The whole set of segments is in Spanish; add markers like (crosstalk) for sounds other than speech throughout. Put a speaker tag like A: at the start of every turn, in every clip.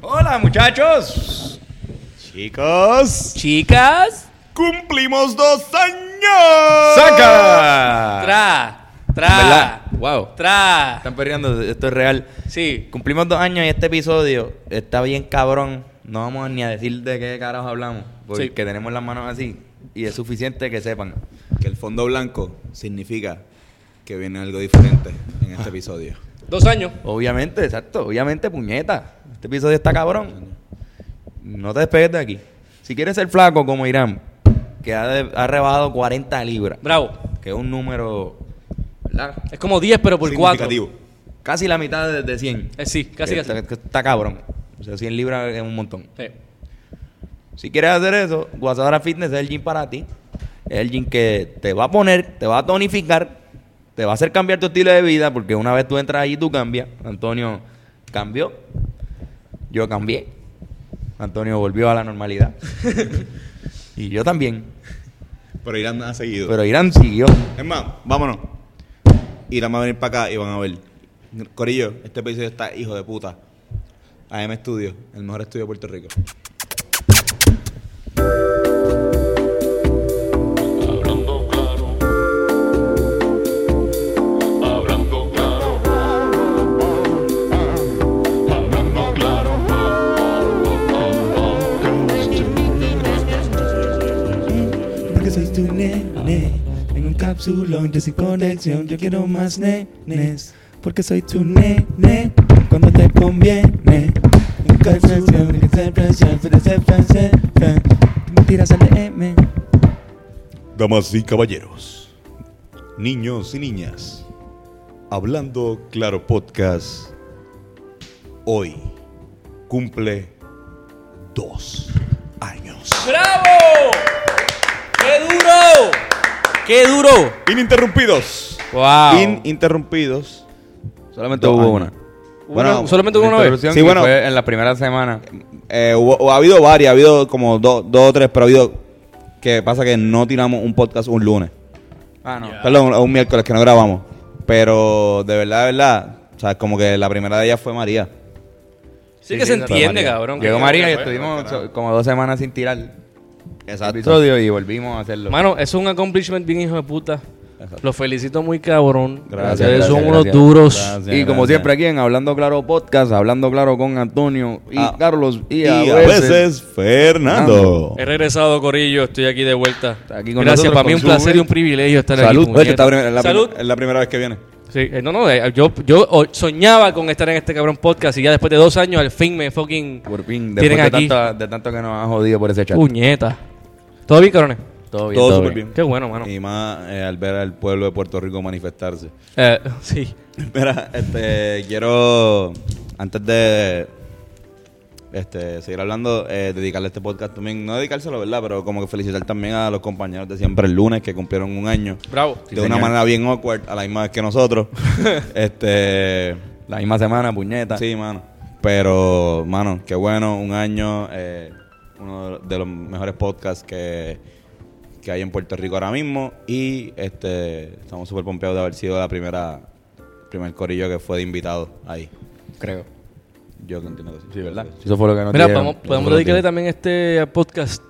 A: Hola muchachos.
B: Chicos,
C: Chicas,
B: cumplimos dos años.
A: ¡Saca!
C: tra,
A: ¿Verdad?
C: tra,
A: Wow.
C: tra.
A: Están perdiendo, esto es real.
C: Sí,
A: Cumplimos dos años y este episodio está bien cabrón. No vamos ni a decir de qué carajo hablamos, porque
C: Sí.
A: tenemos las manos así y es suficiente que sepan.
B: Que el fondo blanco significa que viene algo diferente en
A: Ah.
B: este episodio.
C: dos años.
A: Obviamente, exacto, obviamente, puñeta. Este episodio está cabrón. No te despegues de aquí. Si quieres ser flaco como Irán, que ha, de- ha rebajado 40 libras,
C: Bravo.
A: que es un número ¿verdad?
C: Es como 10, pero por 4.
B: Significativo.
A: casi la mitad de, de 100.
C: Eh, sí, casi,
A: Que
C: casi.
A: Está, que está cabrón. O sea, 100 libras es un montón.
C: Sí.
A: Si quieres hacer eso, Guasadora Fitness es el gym para ti. Es el gym que te va a poner, te va a tonificar, te va a hacer cambiar tu estilo de vida, porque una vez tú entras allí, tú cambias. Antonio cambió, yo cambié. Antonio volvió a la
C: (laughs)
A: normalidad. y yo también.
B: Pero Irán ha seguido.
A: Pero Irán siguió.
B: Es más, vámonos. Irán va a venir para acá y van a ver. Corillo, este episodio está hijo de puta. AM Studio, el mejor estudio de Puerto Rico.
D: Hablando claro, hablando claro, hablando claro,
E: Porque soy tu nene. En un cápsulón yo sin conexión, yo quiero más nenes. Porque soy tu nene. Cuando te conviene. En conexión, de que ser presión, pero ser francés. Me tiras al DM.
B: Damas y caballeros, niños y niñas, Hablando Claro Podcast, hoy cumple dos años.
C: ¡Bravo! ¡Qué duro! ¡Qué duro!
B: Ininterrumpidos.
C: ¡Wow!
B: Ininterrumpidos.
A: Solamente
B: Dos
A: hubo
B: años.
A: una.
B: Bueno,
C: Una- solamente hubo una vez.
A: interrupción
B: Sí,
A: y
B: bueno.
A: fue en la primera semana.
B: Eh, hubo- hubo- ha habido varias, ha habido como dos dos o tres, pero ha habido que pasa que no tiramos un podcast un lunes.
A: Ah, no.
B: Perdón, un, un miércoles que no grabamos. Pero de verdad, de verdad, o sea, como que la primera de ellas fue María.
C: Sí que se entiende, cabrón.
A: Llegó
C: Que-
A: María y estuvimos so- como dos semanas sin tirar episodio y volvimos a hacerlo.
C: Mano, es un accomplishment bien hijo de puta. Los felicito muy cabrón.
B: Gracias,
C: Ustedes son
A: gracias,
C: unos
A: gracias.
C: duros.
B: Gracias.
A: Y como siempre aquí en Hablando Claro Podcast, Hablando Claro con Antonio y
B: Ah.
A: Carlos y,
B: Y
A: a veces,
B: Fernando.
C: He regresado, Corillo. Estoy aquí de vuelta.
A: Está aquí con
C: Gracias,
A: nosotros,
C: para mí
A: con
C: un
A: su
C: placer y
A: Uber.
C: un privilegio estar
B: Salud.
C: aquí.
B: Oye,
C: puñeta.
B: esta prim- es la prim-
C: Salud.
B: es la primera vez que viene.
C: Sí, eh, no, no, eh, yo, yo oh, soñaba con estar en este cabrón podcast y ya después de dos años al fin me fucking
A: Por fin, después
C: tienen
A: de,
C: aquí.
A: tanta- de tanto que nos han jodido por ese chat.
C: Puñeta. ¿Todo bien, cabrones?
A: todo
B: todo súper bien.
C: Qué bueno, mano.
B: Y más eh, al ver al pueblo de Puerto Rico manifestarse. (laughs)
C: Eh, (laughs) sí.
B: Mira, este, quiero, antes de este, seguir hablando, eh, dedicarle este podcast también, no dedicárselo, ¿verdad? Pero como que felicitar también a los compañeros de siempre el lunes que cumplieron un año.
C: Bravo.
A: Sí,
B: de
A: señor.
B: una manera bien awkward, a la misma vez
A: (laughs)
B: que nosotros. este,
A: La misma semana, puñeta.
B: sí, mano. Pero, mano, qué bueno, un año, eh, uno de los mejores podcasts que, que hay en Puerto Rico ahora mismo. Y este, estamos súper pompeados de haber sido la primera, primer corillo que fue de invitado ahí.
A: creo.
B: Yo que entiendo que sí.
A: Sí, ¿verdad? Eso fue lo que nos
C: Mira,
A: dijeron.
C: vamos-
A: Eso fue
C: podemos
A: lo
C: dedicarle
A: que-
C: también este podcast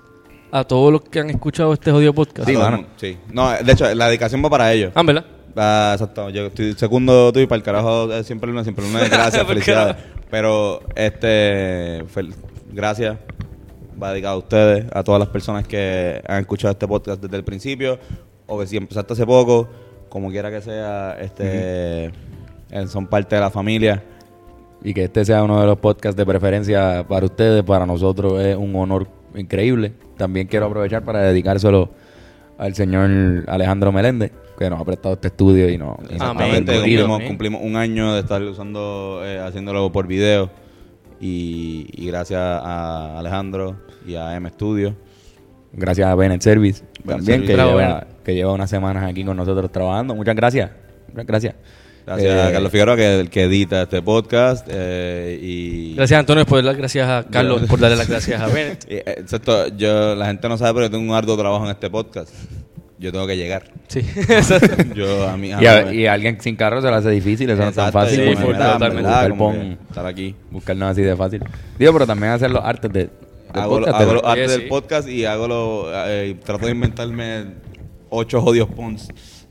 C: a todos los que han escuchado este jodido podcast.
B: Sí,
A: Ah,
B: mano.
A: bueno.
B: Sí. No, de hecho, la dedicación va para ellos.
C: Ah, ¿verdad?
B: Ah, exacto. Yo estoy segundo tú y para el carajo eh, siempre una, siempre una. Gracias,
C: ¿Por qué
B: felicidades. Pero, este, fel- gracias. Va dedicado a ustedes, a todas las personas que han escuchado este podcast desde el principio o que si empezaste hace poco, como quiera que sea, este, eh, son parte de la familia.
A: Y que este sea uno de los podcasts de preferencia para ustedes, para nosotros es un honor increíble. También quiero aprovechar para dedicárselo al señor Alejandro Meléndez, que nos ha prestado este estudio y nos... y nos ha
C: Amén.
B: Exactamente,
A: permitido.
B: cumplimos,
C: Amén.
B: cumplimos un año de estar usando, eh, haciéndolo por video. Y, y gracias a Alejandro y a M Studio.
A: Gracias a Bennett Service
B: Bennett
A: también,
B: Service.
A: Que,
C: Bravo,
A: lleva, que lleva unas semanas aquí con nosotros trabajando. Muchas gracias. Muchas gracias.
B: Gracias
A: Eh,
B: a Carlos Figueroa, que, que edita este podcast. eh, y
C: Gracias, Antonio, por darle las gracias a Carlos,
B: Yo-
A: (laughs)
C: por
B: eh,
C: darle las gracias a Bennett.
B: y, eh, Exacto, yo, la gente no sabe, pero yo tengo un arduo trabajo en este podcast.
F: yo tengo que
B: (laughs)
F: llegar.
C: Sí, (laughs) exacto.
F: Yo a mí. a
A: Y,
F: mí
A: a,
F: me-
A: y a alguien sin carro se le hace difícil, eso no es tan
F: Exacto,
A: fácil.
F: y
C: sí,
F: como
A: poner-
C: full,
F: en verdad, en
C: totalmente.
F: verdad,
A: buscar
F: como
A: pon-
F: que Estar aquí.
A: buscar nada así de fácil. Digo, pero también hacer los artes de, del
F: Hago,
A: podcast,
F: hago
A: de-
F: los
C: Oye,
F: artes
C: sí.
F: del podcast y hago lo, eh, trato de inventarme ocho jodidos pons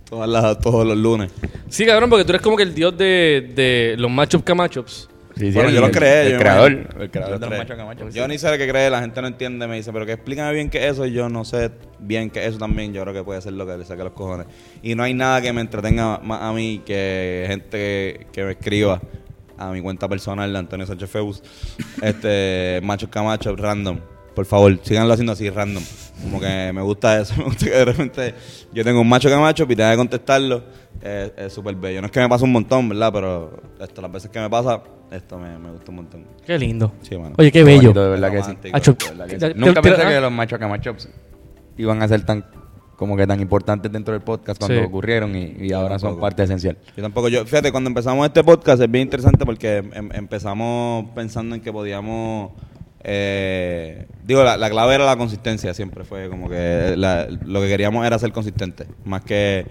F: todas las, todos los lunes.
C: Sí, cabrón, porque tú eres como que el dios de, de los matchups camachups.
A: Sí, sí,
F: bueno,
A: el-
F: yo lo
A: el-
F: creé.
A: El
F: yo
A: creador.
F: me-
A: El creador de los
F: yo creé.
A: machos camachos.
F: Yo ni sé lo que cree, la gente no entiende. Me dice, pero que explícame bien qué es eso. Y yo no sé bien qué es eso también. Yo creo que puede ser lo que le saque los cojones. Y no hay nada que me entretenga más a mí que gente que, que me escriba a mi cuenta personal de Antonio Sánchez Febus. (laughs) este, Macho Camacho, random. Por favor, síganlo haciendo así, random. Como que me gusta eso. (laughs) Me gusta que de repente yo tengo un macho camacho y tenga que contestarlo. eh, Es súper bello. No es que me pasa un montón, ¿verdad? Pero esto, las veces que me pasa, esto me, me gusta un montón.
C: Qué lindo.
F: Sí, mano.
C: Oye, qué
A: Qué
C: bello.
A: bonito, de verdad que sí.
F: Romántico.
C: Acho,
F: de verdad que
C: te-
A: Ah, Nunca
C: te-
A: pensé
C: ah,
A: que los machos camachops pues, iban a ser tan como que tan importantes dentro del podcast cuando
C: Sí.
A: ocurrieron y, y ahora son
F: tampoco.
A: parte esencial.
F: Yo tampoco, yo, fíjate, cuando empezamos este podcast es bien interesante porque em- empezamos pensando en que podíamos, eh, digo, la, la clave era la consistencia, siempre fue como que la- lo que queríamos era ser consistentes, más que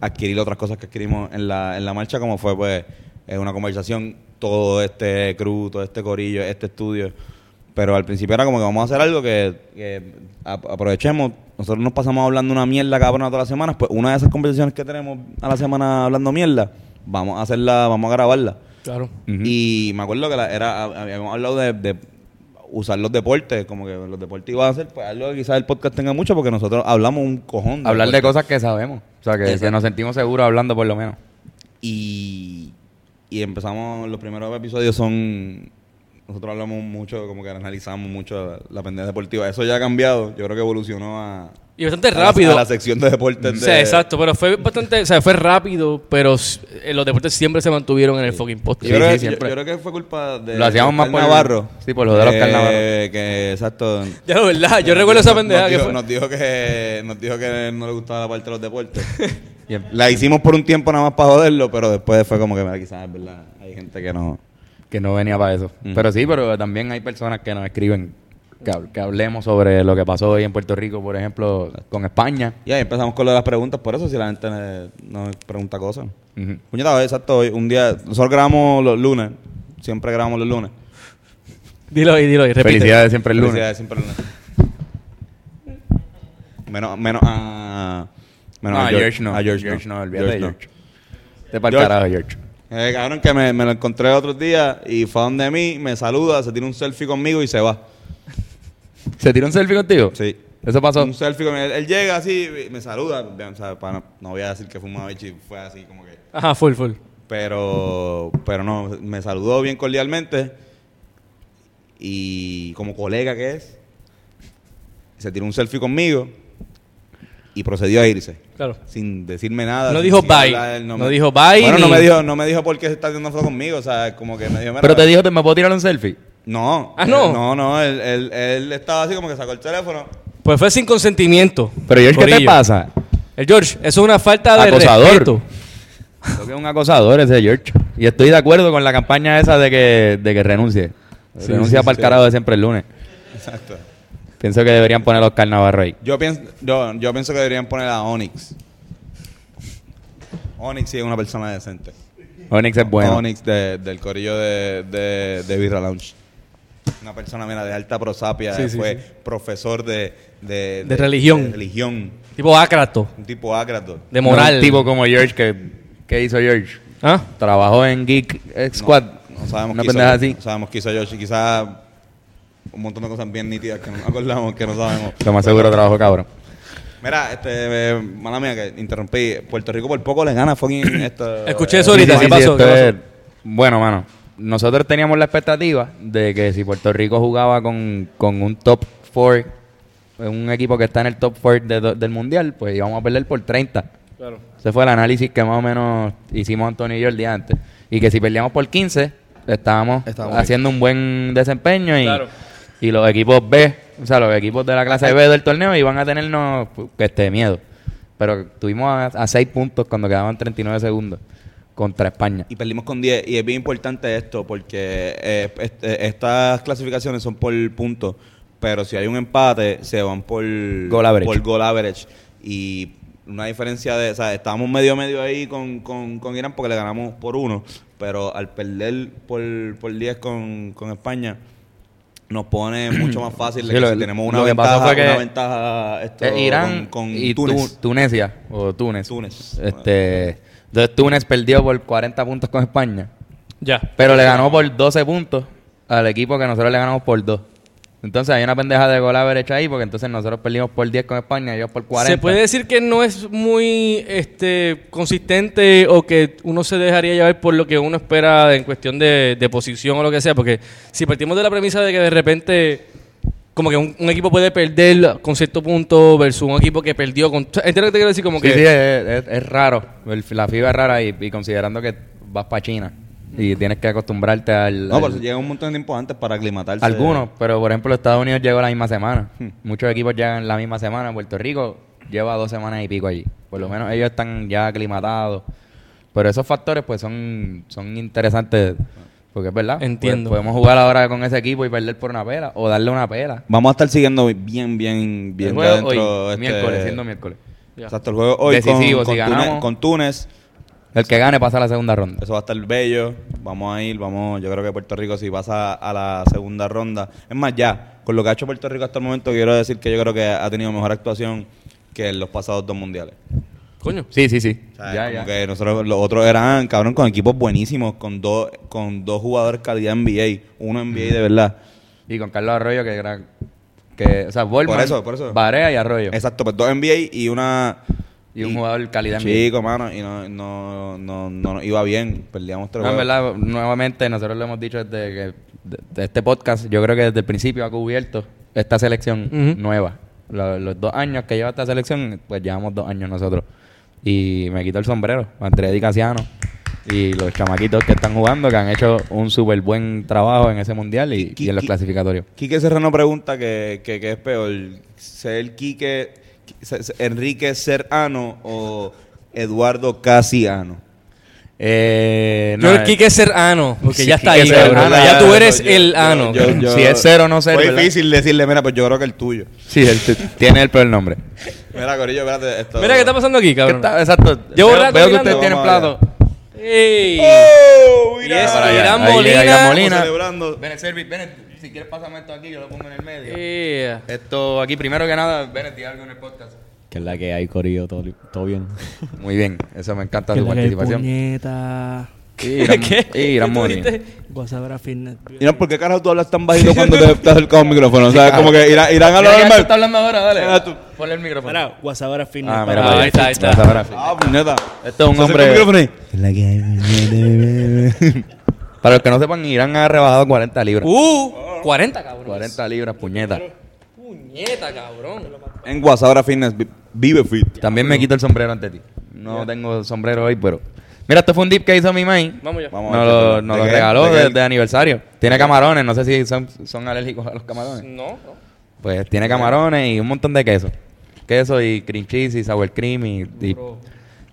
F: adquirir otras cosas que adquirimos en la, en la marcha, como fue pues eh, una conversación, todo este crew, todo este corillo, este estudio. Pero al principio era como que vamos a hacer algo que, que ap- aprovechemos. Nosotros nos pasamos hablando una mierda cada una todas las semanas. Pues una de esas conversaciones que tenemos a la semana hablando mierda, vamos a hacerla, vamos a grabarla.
C: Claro.
A: Ujú.
F: Y me acuerdo que la- era, habíamos hablado de, de usar los deportes, como que los deportes iban a ser pues, algo que quizás el podcast tenga mucho, porque nosotros hablamos un cojón.
A: Hablar de
F: deportes.
A: cosas que sabemos. O sea, que, que
F: Exacto.
A: nos sentimos seguros hablando por lo menos.
F: Y, y empezamos, los primeros episodios son, nosotros hablamos mucho, como que analizamos mucho la pendeja deportiva. Eso ya ha cambiado, yo creo que evolucionó a...
C: Y bastante
F: a la-
C: rápido.
F: A la sección de deportes.
C: O
F: de-
C: sea, exacto, pero fue bastante, o sea, fue rápido, pero s- eh, los deportes siempre se mantuvieron en el fucking
F: Yo,
C: podcast.
A: Sí,
F: creo
A: sí,
F: que, yo-
A: siempre.
F: yo creo que fue culpa de...
A: Lo hacíamos más
F: Oscar
A: por-
F: Navarro.
A: sí, por lo de los
F: Eh,
A: Navarro. Ah,
F: Que, exacto.
C: Ya, la verdad, yo recuerdo esa pendeja
F: nos
C: que
F: dijo,
C: fue.
F: Nos dijo que, nos dijo que no le gustaba la parte de los deportes. Y em- la hicimos por un tiempo nada más para joderlo, pero después fue como que, mira, quizás es verdad, hay gente que no...
A: Que no venía para eso.
F: Ujú.
A: Pero sí, pero también hay personas que nos escriben que, hab- que hablemos sobre lo que pasó hoy en Puerto Rico, por ejemplo, con España.
F: Y ahí empezamos con lo de las preguntas, por eso si la gente eh, nos pregunta cosas.
A: Ujú.
F: Puñeta, exacto, hoy, un día, nosotros grabamos los lunes, siempre grabamos los lunes.
C: Dilo ahí, dilo ahí, repite.
A: Felicidades siempre el lunes.
F: Felicidades, siempre el lunes. Menos, menos a... Menos
A: No,
F: a George, no.
A: A George, no. olvídate de George. Te pa'l
F: George.
A: carajo, George.
F: Eh, cabrón, que me, me lo encontré otros días y fue donde mí, me saluda, se tira un selfie conmigo y se va.
A: ¿Se tiró un selfie contigo?
F: Sí.
A: Eso pasó.
F: Un selfie conmigo. Él, él llega así, y me saluda. O sea, para- no, voy a decir que fue un y fue así como que...
C: Ajá, full, full.
F: Pero, pero no, me saludó bien cordialmente. Y como colega que es, se tiró un selfie conmigo y procedió a irse.
C: Claro.
F: Sin decirme nada.
C: No
F: sin
C: dijo
F: siquiera
C: bye.
F: hablar,
C: No dijo bye
F: Bueno, no
C: ni-
F: me dijo, no me dijo por qué se está haciendo foto conmigo. O sea, como que me dijo. "Mira,
A: Pero te dijo, ¿te me puedo tirar un selfie?
F: No.
C: Ah, no.
F: Él- No, no. Él, él- él estaba así como que sacó el teléfono.
C: Pues fue sin consentimiento.
A: Pero George, ¿qué te
C: Corillo.
A: pasa?
C: El George, eso es una falta de
A: Acosador.
C: respeto.
A: Creo que es un acosador ese George. Y estoy de acuerdo con la campaña esa de que, de que renuncie.
F: Sí,
A: Renuncia
F: sí,
A: para el
F: sí.
A: carajo de siempre el lunes.
F: Exacto.
A: Pienso que deberían poner los carnavarros ahí.
F: Yo pienso, yo, yo pienso que deberían poner a Onyx. Onyx sí es una persona decente.
A: Onyx es bueno.
F: Onyx de- del corillo de, de, de Birra Lounge. Una persona, mira, de alta prosapia,
C: Sí, sí,
F: fue
C: sí.
F: profesor de, de,
C: De religión.
F: de religión.
C: Tipo Ácrato,
F: Un tipo ácrato.
C: de moral.
A: No, un tipo como George que, que hizo George.
C: ¿Ah?
A: Trabajó en Geek Squad.
F: No, no sabemos
A: Una
F: qué hizo,
A: pendeja así.
F: No sabemos qué hizo Yoshi. Quizás un montón de cosas bien nítidas que no nos acordamos, que no sabemos.
A: Lo más seguro trabajó cabrón.
F: Mira, este, eh, mala mía que interrumpí. Puerto Rico por poco le
C: (coughs)
F: gana fucking esto.
C: Escuché eso ahorita, ¿qué pasó?
A: esto
C: ¿Qué pasó?
A: es- Bueno, mano, nosotros teníamos la expectativa de que si Puerto Rico jugaba con, con un top 4, un equipo que está en el top 4 del mundial, pues íbamos a perder por 30.
C: Claro.
A: Ese fue el análisis que más o menos hicimos Antonio y yo el día antes. Y que si perdíamos por 15, estábamos,
F: Estábamos
A: haciendo un buen desempeño y,
C: Claro.
A: y los equipos B, o sea, los equipos de la clase B del torneo iban a tenernos pues, este, miedo. Pero tuvimos a, a 6 puntos cuando quedaban 39 segundos contra España.
F: Y perdimos con 10. Y es bien importante esto porque eh, este- estas clasificaciones son por puntos. Pero si hay un empate, se van por
A: Goal average.
F: Por goal average. Y una diferencia de, o sea, estábamos medio medio ahí con, con, con Irán porque le ganamos por uno, pero al perder por, por 10 con, con España
A: (clears throat)
F: nos pone mucho más fácil de
A: Sí,
F: que
A: lo-
F: si tenemos una
A: lo que pasó
F: ventaja,
A: fue que-
F: una ventaja esto,
A: Eh, Irán
F: con, con
A: y
F: Túnez.
A: Tu- Tunesia o Túnez.
F: Túnez.
A: Este, entonces Túnez perdió por 40 puntos con España,
C: Ya.
A: pero le ganó por 12 puntos al equipo que nosotros le ganamos por 2. Entonces hay una pendeja de gol haber hecho ahí porque entonces nosotros perdimos por 10 con España, ellos por 40.
C: ¿Se puede decir que no es muy este, consistente o que uno se dejaría llevar por lo que uno espera en cuestión de, de posición o lo que sea? Porque si partimos de la premisa de que de repente, como que un, un equipo puede perder con cierto punto versus un equipo que perdió con. o sea, ¿Entiendes lo que te quiero decir? Como
A: Sí,
C: que.
A: sí, es, es- es raro. El- la FIBA es rara y, y considerando que vas para China y tienes que acostumbrarte al...
F: No,
A: al-
F: pero llega un montón de tiempo antes para aclimatarse.
A: Algunos, pero por ejemplo Estados Unidos llegó la misma semana.
F: Hmm.
A: Muchos equipos llegan la misma semana. Puerto Rico lleva dos semanas y pico allí. Por lo menos ellos están ya aclimatados. Pero esos factores pues son, son interesantes porque es verdad.
C: Entiendo.
A: Pues, podemos jugar ahora con ese equipo y perder por una pela o darle una pela.
F: Vamos a estar siguiendo bien, bien,
A: El
F: bien de
A: juego
F: adentro,
A: hoy,
F: este-
A: miércoles, siendo miércoles.
C: Ya.
F: Exacto, el juego hoy
A: Decisivo,
F: con,
A: si
F: con Túnez,
A: ganamos.
F: con Túnez.
A: El que gane pasa a la segunda ronda.
F: Eso va a estar bello. Vamos a ir, vamos. Yo creo que Puerto Rico, si pasa a la segunda ronda. Es más, ya, con lo que ha hecho Puerto Rico hasta el momento, quiero decir que yo creo que ha tenido mejor actuación que en los pasados dos mundiales.
C: Coño.
A: Sí, sí, sí.
F: O sea, como que nosotros, los otros eran, cabrón, con equipos buenísimos, con dos, con dos jugadores calidad NBA, uno NBA de verdad.
A: Y con Carlos Arroyo, que era. Que, o sea, Volman,
F: Por eso, por eso.
A: Barea y Arroyo.
F: Exacto, pues dos NBA y una.
A: y un jugador calidad en
F: Chico, mano, y no, no, no, no nos iba bien. Perdíamos tres
A: No, en verdad,
F: juegos.
A: nuevamente, nosotros lo hemos dicho desde que de- de este podcast, yo creo que desde el principio ha cubierto esta selección
C: Ujú.
A: nueva. Lo- los dos años que lleva esta selección, pues llevamos dos años nosotros. Y me quito el sombrero, Andrés Di Casiano y los chamaquitos que están jugando, que han hecho un súper buen trabajo en ese mundial y,
F: Qui-
A: y en los
F: qui-
A: clasificatorios.
F: Quique Serrano pregunta que, que, que es peor, ser Quique, se- se- Enrique Serrano o Eduardo Casiano.
A: Eh,
C: Yo
A: nada,
C: creo que Quique es ser ano, porque
A: Sí,
C: ya está
A: Quique
C: ahí,
A: ser
C: cabrón.
A: ano,
C: Ya
A: claro,
C: tú eres
F: yo-
C: el
F: yo-
A: (laughs)
C: ano.
F: yo- yo-
A: Si es cero, no ser,
F: Fue
A: ¿verdad?
F: difícil decirle, mira, pues yo creo que el tuyo.
A: eh, Sí, él t- tiene el peor nombre.
F: Mira, Corillo, espérate. Esto...
C: Mira qué está pasando aquí,
A: ¿Qué
C: cabrón.
A: está- exacto.
C: Llevo
A: Veo-
C: rato
A: veo que
C: mirando.
A: ustedes tienen
F: Vamos
A: plato.
C: ¡Ey!
F: ¡Oh!
C: Y
F: Mira,
C: eso,
F: para allá.
C: Irán
A: Ahí llega Irán
C: Molina.
A: Molina.
F: Estamos celebrando.
A: Bennett, Servi, Bennett, si quieres pasarme esto aquí, yo lo pongo en el medio.
C: Yeah.
A: Esto aquí, primero que nada, Bennett, di algo en el podcast.
G: Que es la que hay, Corillo, todo, li- todo bien.
A: (laughs) Muy bien, eso me encanta tu participación.
B: puñeta.
A: ¿Qué? Irán
C: (laughs) ¿Qué
A: Molina.
C: tuviste?
B: Guasabra Fitness.
F: Irán, ¿por qué carajo tú hablas tan bajito cuando te, te acercas al micrófono? O sea, como que Irán, Irán habla
A: Mira, ya, tú estás
F: normal.
A: hablando ahora,
F: Ah,
A: dale.
F: tú.
A: Ponle el micrófono.
B: Mira, Guasabra Fitness.
A: Ah,
B: para-
A: mira,
C: ahí está, ahí está.
F: Ah, puñeta.
A: Esto es un
F: Se acerca
A: hombre.
F: al micrófono y-
A: Para los que no sepan, Irán ha rebajado 40 libras.
C: Uh, 40, cabrón.
A: 40 libras, puñeta.
C: Puñeta, cabrón.
F: En WhatsApp ahora Fitness, vi- vive fit.
A: También me quito el sombrero ante ti. No tengo sombrero hoy, pero. Mira, esto fue un dip que hizo mi maíz.
C: Vamos ya.
F: Vamos.
A: Nos lo,
F: ¿De
A: nos lo
F: qué?
A: regaló
F: ¿De qué?
A: de, de aniversario. Tiene camarones, no sé si son, son alérgicos a los camarones.
C: No, no.
A: Pues tiene camarones y un montón de queso. Queso y cream cheese y sour cream y, y,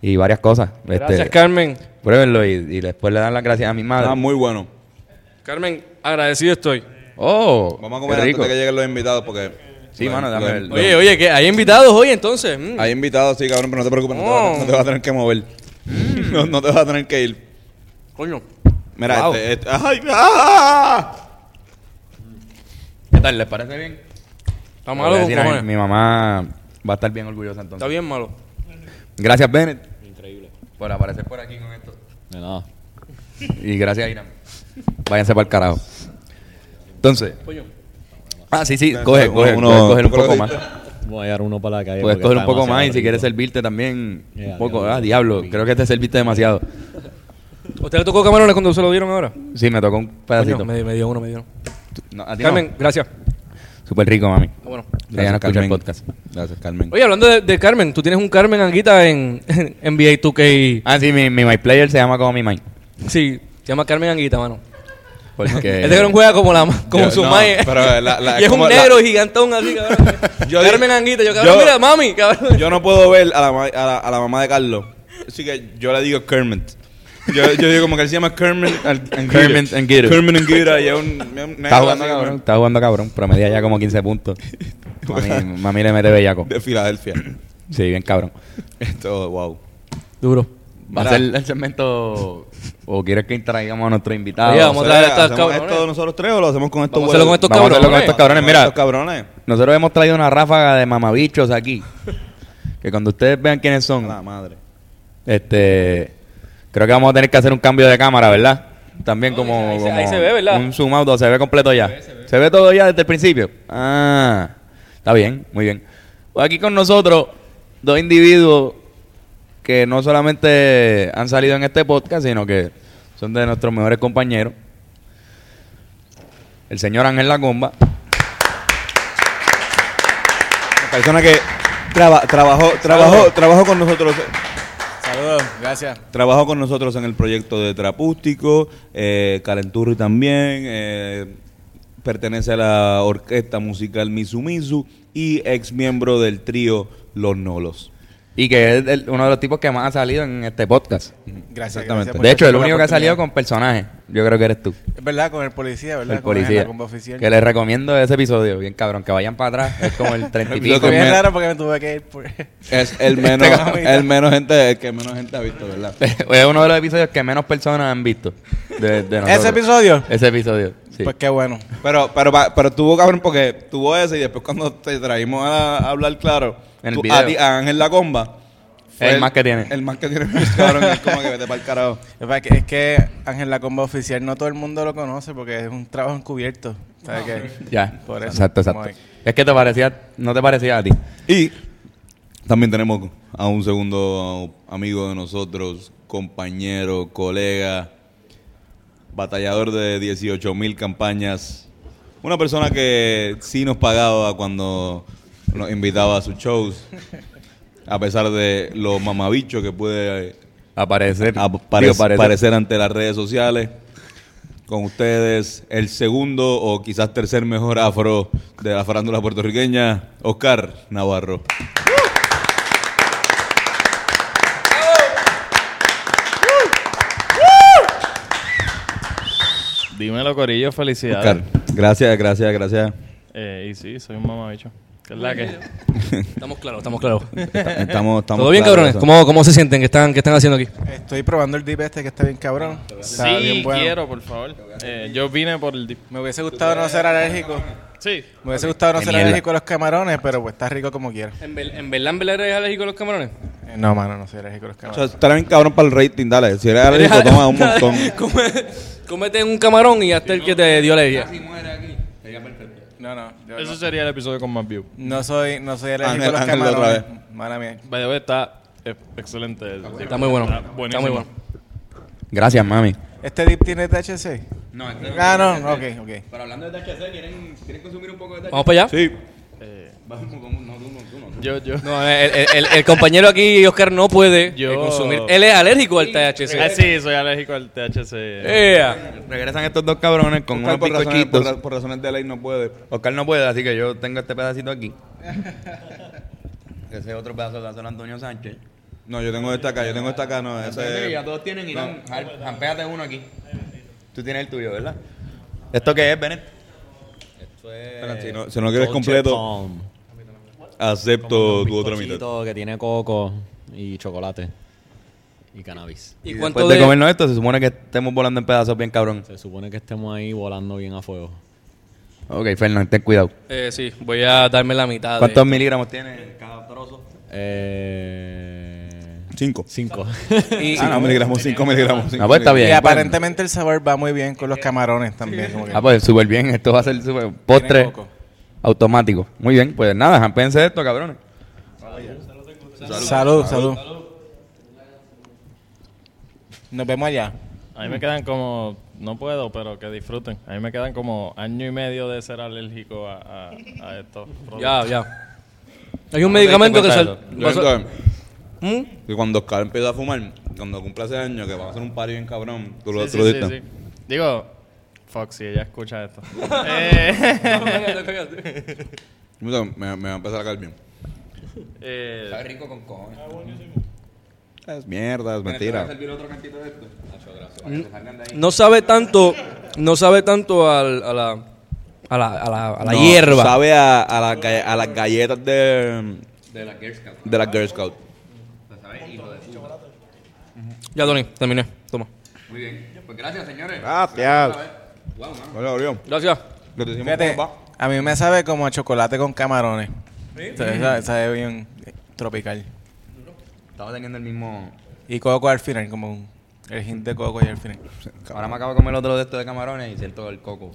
A: y varias cosas.
C: Gracias,
A: Este,
C: Carmen.
A: pruébenlo y, y después le dan las gracias a mi madre.
F: Ah, muy bueno.
C: Carmen, agradecido estoy.
A: oh,
F: Vamos a
A: qué
F: comer antes
A: rico.
F: de que lleguen los invitados porque...
A: Sí, mano, dame el-
C: Oye, oye, que hay invitados hoy entonces. Mm.
F: Hay invitados, sí, cabrón, pero no te preocupes, no, te
C: Oh.
F: vas, a- no te vas a tener que mover.
A: Mm.
F: No, no te vas a tener que ir.
C: Coño.
F: Mira,
A: Wow.
F: este, este- ¡Ay! ¡Ah!
A: ¿Qué tal? ¿Les parece bien?
C: Está
A: Voy
C: malo
A: a
C: con
A: decir a mi,
C: cojones.
A: mi mamá va a estar bien orgullosa entonces.
C: Está bien malo.
A: Gracias, Bennett. Increíble. Por aparecer por aquí con esto.
G: De nada.
A: Y gracias, Irán. Váyanse para el carajo. Entonces. Ah, sí, sí, coge, coge,
F: Uno-
A: puedes coger un
F: uno-
A: poco más.
G: Voy a llevar uno para la calle.
A: Puedes
G: porque
A: coger un
G: está
A: poco más y
G: demasiado
A: si quieres
G: rico.
A: servirte también
G: Ya,
A: un poco.
G: diablo.
A: Ah, diablo, creo que te serviste demasiado.
C: ¿Usted le tocó camarones cuando se lo dieron ahora?
A: Sí, me tocó un pedacito.
C: Coño, me, me dio uno, me dio uno.
A: No, a ti no. Ah,
C: Carmen, gracias.
A: Súper rico, mami.
C: Ah, Bueno.
A: Que ya no escucha el
F: Carmen.
A: podcast.
F: Gracias, Carmen.
C: Oye, hablando de, de Carmen, tú tienes un Carmen Anguita en, (laughs) en NBA 2K.
A: Ah, sí, mi, mi My Player se llama como mi Mind.
C: Sí, se llama Carmen Anguita, mano. (laughs)
A: Porque.
C: Este cabrón juega como, la, ma- como
F: Yo-
C: su
F: no,
C: mae.
F: pero la-
C: (laughs)
F: la-
C: y es
F: como
C: un
F: la-
C: negro gigantón así, cabrón.
F: (laughs) Yo
C: Carmen
F: di-
C: Anguita. Yo, cabrón,
F: yo-
C: mira, mami, cabrón.
F: Yo no puedo ver a la, ma- a la, a la mamá de Carlos, así que yo le digo Kermit. Yo, yo digo como que él se llama Kermit and and Gira.
A: Kermit and Gira.
F: Kermit and Gira, y es un... es un negro
A: Está jugando
F: así,
A: cabrón, está jugando cabrón. Promedia ya como 15 puntos. Mami, mami le mete bellaco.
F: De Filadelfia.
A: Sí, bien cabrón.
F: Esto, wow.
C: Duro.
A: ¿Va a
F: Mira.
A: ser el segmento o quieres que traigamos a nuestro invitado?
C: Oye, vamos a traer a estos
F: ¿Hacemos
C: cabrones.
F: esto nosotros tres o lo hacemos con estos
C: Vamos a hacerlo con estos
A: Vamos a hacerlo con
C: cabrones.
A: estos cabrones. Mira,
F: Estos cabrones.
A: nosotros hemos traído una ráfaga de mamabichos aquí. que cuando ustedes vean quiénes
F: A
A: son,
F: la madre.
A: este, creo que vamos a tener que hacer un cambio de cámara, ¿verdad? También
C: No,
A: como,
C: ahí se- ahí
A: como
C: se ve, ¿verdad?
A: un zoom out, se ve completo ya. Se ve, todo ya desde el principio. Ah, está bien, muy bien. Pues aquí con nosotros dos individuos que no solamente han salido en este podcast, sino que son de nuestros mejores compañeros. El señor Ángel Lacomba.
F: La persona que traba- trabajó, trabajó, trabajó con nosotros.
H: Saludos, gracias.
F: Trabajó con nosotros en el proyecto de Trapústico, eh, Calenturri también, eh, pertenece a la orquesta musical Misumisu y ex miembro del trío Los Nolos.
A: Y que es el- uno de los tipos que más ha salido en este podcast.
F: Exactamente.
H: Gracias. gracias,
A: de
H: muchachos,
A: hecho, el
H: por la
A: único que ha salido
H: oportunidad.
A: con personajes. Yo creo que eres tú,
H: Es verdad, con el policía, ¿verdad?
A: el
H: Con la-
A: policía.
H: la comba oficial.
A: Que les recomiendo ese episodio, bien cabrón, que vayan para atrás. Es como
H: (laughs)
A: el 30 y
F: Episodio
A: pico.
H: Fue bien
F: me-
H: raro porque me tuve que ir pues. por...
F: Es
C: (laughs)
F: el
C: Este
F: menos,
H: cabrón.
F: el menos gente, el que menos gente ha visto, ¿verdad?
A: (laughs) es uno de los episodios que menos personas han visto. de- de nosotros.
H: ¿Ese episodio?
A: Ese episodio, sí.
H: Pues qué bueno.
F: Pero, pero, pa- pero tuvo cabrón porque tuvo ese y después cuando te traímos a, a hablar claro,
A: En el
F: tú-
A: video.
F: a ti- a Ángel La Comba. fue
A: El más que tiene.
F: El más que tiene, pues, cabrón, es como que vete para el carajo.
H: Es pa- que- Es que Ángel La Comba Oficial no todo el mundo lo conoce porque es un trabajo encubierto. ¿Sabes qué?
A: Ya.
H: Por eso.
A: Exacto, exacto.
H: Como
A: Es que te parecía, no te parecía a ti.
F: Y también tenemos a un segundo amigo de nosotros, compañero, colega, batallador de 18 mil campañas. Una persona que sí nos pagaba cuando nos invitaba a sus shows, a pesar de lo mamabicho que puede
A: Aparecer.
B: Ah,
F: a-
A: Digo,
F: pare-
A: parecer.
F: parecer ante las redes sociales. Con ustedes, el segundo o quizás tercer mejor afro de la farándula puertorriqueña, Oscar Navarro.
I: Dímelo, Corillo, felicidades.
F: Oscar, gracias, gracias, gracias.
I: Eh, y sí, soy un mamabicho. ¿Qué es la que?
C: Estamos claros, estamos claros.
F: Esta- Estamos, estamos
C: ¿Todo bien,
F: claros
C: cabrones?
F: de eso.
C: ¿Cómo, ¿Cómo se sienten? ¿Qué están, qué están haciendo aquí?
H: Estoy probando el dip este que está bien cabrón. Está
I: Sí,
H: bien bueno.
I: quiero, por favor. Eh, yo vine por el... dip-
H: Me hubiese gustado no ser alérgico.
I: Sí.
H: Me hubiese gustado no
A: Qué
H: ser
A: mierda.
H: alérgico a los camarones, pero pues está rico como quiera.
C: ¿En, verdad, en verdad eres alérgico a los camarones?
H: Eh, No, mano, no soy alérgico a los
F: O
H: camarones.
F: sea, estará bien cabrón para el rating, dale. Si
A: (laughs)
F: eres alérgico, toma un montón.
C: (laughs) Cómete un camarón y hasta el que te dio alegría.
H: No, no. yo
I: Eso
H: no.
I: sería el episodio con más views.
H: No soy, no soy alérgico
F: Ángel,
H: a los
F: Ángel, otra
H: camarones. Mala mía.
I: By the way, está eh, excelente. el dip.
C: Está muy bueno.
I: buenísimo.
C: Está muy bueno.
A: Gracias, mami.
H: ¿Este dip tiene THC? No, Ah, no, ok, ok.
A: Oh.
C: ¿Vamos para allá?
F: Sí.
I: Yo, (laughs) yo...
C: No, el, el- el- el compañero aquí, Oscar, no puede eh,
I: Yo-
C: consumir. Él es alérgico al THC.
I: Ah, sí, soy alérgico al THC.
F: Eh,
C: Ea.
A: Regresan estos dos cabrones con
F: Oscar,
A: unos
F: por, razones, por
A: bizcochitos.
F: ra- por razones de ley no puede.
A: Oscar no puede, así que yo tengo este pedacito
F: (laughs)
A: aquí. Ese otro pedazo lo hace Antonio Sánchez.
F: No, yo tengo esta acá, yo tengo esta acá, no. Ese,
A: ya todos tienen y dan. Jampéate uno aquí. Tú tienes el tuyo, ¿verdad? ¿Esto qué es, Bennett?
F: Espera, si, no, si no lo quieres completo,
G: Palm.
F: acepto tu otra
G: Bizcochito
F: mitad.
G: que tiene coco y chocolate y cannabis.
C: ¿Y cuánto
A: Después
C: de,
A: de comernos esto, se supone que estemos volando en pedazos bien cabrón.
G: Se supone que estemos ahí volando bien a fuego.
A: Ok, Fernández, ten cuidado.
C: Eh, sí, voy a darme la mitad. de-
A: ¿Cuántos miligramos tiene cada trozo?
G: Eh,
F: Cinco.
G: cinco.
C: Y-
F: Ah, no, miligramos, cinco miligramos. cinco
A: pues está
F: miligramos.
A: bien.
H: Y
A: bueno.
H: aparentemente el sabor va muy bien con los camarones también. como que-
A: Ah, pues súper bien. Esto va a ser súper postre
H: coco.
A: automático. Muy bien, pues nada, jampense esto, cabrones.
H: salud, salud, Nos vemos allá.
I: A mí me quedan como... No puedo, pero que disfruten. A mí me quedan como año y medio de ser alérgico a, a, a estos productos.
C: Ya, ya. Hay un medicamento que
A: cuenta
C: sal...
F: Yo
C: vas a-
F: creo
C: ¿Mm?
F: que cuando Oscar empieza a fumar, cuando cumpla ese año, que va a hacer un party bien cabrón, tú lo
I: Sí,
F: tú lo
I: sí, sí,
F: dictas.
I: sí. Digo, Foxy, ella escucha esto. Eh,
F: Mira, Me, me va a empezar a caer bien.
I: (laughs) eh,
F: Es mierda, es mentira.
C: No sabe tanto, no sabe tanto al- a la, a la, a la, a la
F: No,
C: hierba.
F: Sabe a, a, las galle- a las galletas de,
A: De la Girl Scout.
F: de la Girl Scout.
C: Ya, Tony, terminé. Toma.
A: Muy bien. Pues gracias, señores.
F: Gracias. Hola, Orión.
C: Gracias.
F: Lo que te hicimos
H: Fíjate,
F: con papá.
H: a mí me sabe como a chocolate con camarones. Entonces, sabe, sabe bien tropical.
A: Estaba teniendo el mismo.
H: Y coco al final, como un, el hint de coco y al final.
A: Ahora me acabo de comer otro de estos de camarones y siento el
C: (laughs)
A: coco.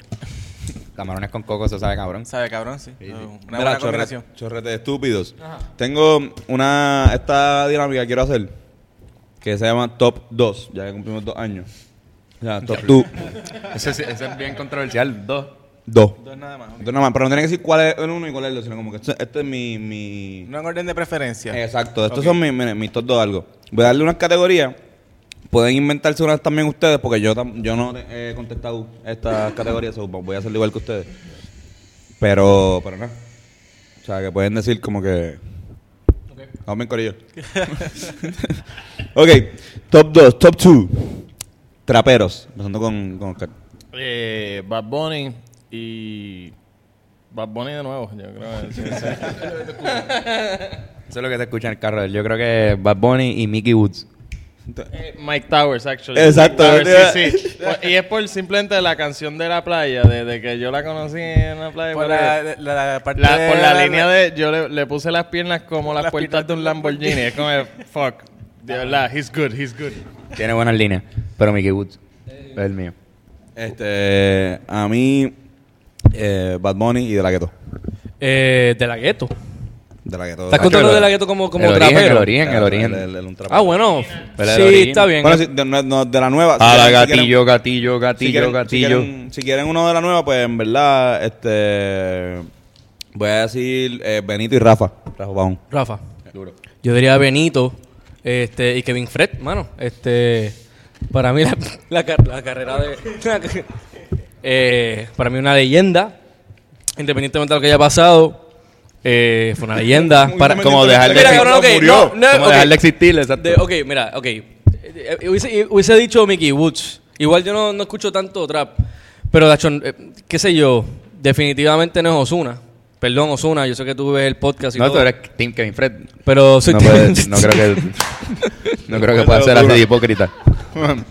A: Camarones con coco, eso sabe cabrón.
H: Sabe cabrón, sí.
I: Ah,
H: Una
F: Mira,
H: buena
F: chorre-
H: combinación.
F: chorrete de estúpidos. Tengo una esta dinámica que quiero hacer que se llama Top 2, ya que cumplimos dos años. O sea, Top 2.
A: Eso, sí- eso es bien controversial. Dos.
F: Dos.
H: Dos nada más. ok.
F: Entonces, nada más, pero no tienen que decir cuál es el uno y cuál es el dos, sino como que este, este es mi... mi...
H: No en orden de preferencia.
F: Exacto, estos son mis, mire, mis top 2 algo. Voy a darle unas categorías. Pueden inventarse unas también ustedes, porque yo, tam- yo no he contestado estas categorías, so voy a hacerlo igual que ustedes. Pero, pero no. O sea, que pueden decir como que... Vamos en corillo. (laughs) ok, top 2, top 2. Traperos, empezando con, con Oscar.
I: Eh, Bad Bunny y. Bad Bunny de nuevo, yo creo. (laughs) que sí, sí.
A: Eso es lo que se escucha en el carro. Yo creo que Bad Bunny y Mickey Woods.
I: Eh, Mike Towers, actually.
F: Exacto,
I: Mike Towers, sí,
F: yo
I: sí. Pues, Y es por simplemente la canción de la playa, desde que yo la conocí en la playa.
H: Por
I: pues,
H: la, la- eh, la parte
I: la- por la
H: de-
I: línea de. Yo le, le puse las piernas como las,
H: Las
I: puertas de un Lamborghini. es como, fuck. De verdad, he's good, he's good.
A: Tiene buenas líneas. Pero Mickey Woods es el mío.
F: Este, a mí, eh, Bad Bunny y De La Ghetto.
C: Eh, de la gueto.
F: De La Ah, Ghetto.
C: ¿Estás
F: Nacho,
C: contando
F: el-
C: de la gueto como, como
A: el origen,
C: trapero?
A: el origen, el
F: el- el-
A: origen.
F: el- un trapero.
C: Ah, bueno.
A: Pero el
C: sí,
A: origen.
C: está bien.
F: Bueno, sí, de, no- no, de la nueva.
A: A la
F: quieren-
A: gatillo, gatillo,
F: si
A: gatillo,
F: quieren- si
A: gatillo.
F: quieren, si quieren- si quieren uno de la nueva, pues en verdad, este. Voy a decir eh, Benito y Rafa. Rafa Pajón.
C: Rafa. Yo diría Benito este, y Kevin Fred, mano. Este, para mí la, la car- la carrera de... la car- eh, para mí una leyenda, independientemente de lo que haya pasado, eh, fue una leyenda. para,
A: Como dejar de
C: Mira,
A: existir.
C: cabrón, ok,
A: Murió.
C: no, no,
A: Como
C: ok.
A: dejar de existir, exacto.
C: De- ok, mira, ok. Eh, eh, hubiese, hubiese dicho Mickey Woods. Igual yo no, no escucho tanto trap. Pero, Dacho, eh, qué sé yo, definitivamente no es Osuna. Perdón, Osuna, yo sé que tú ves el podcast y
A: no, tú
C: todo.
A: eres Team Kevin Fred.
C: Pero soy
A: No,
C: (laughs)
A: puedes- no creo que. No creo que pueda ser así de hipócrita.
F: (laughs)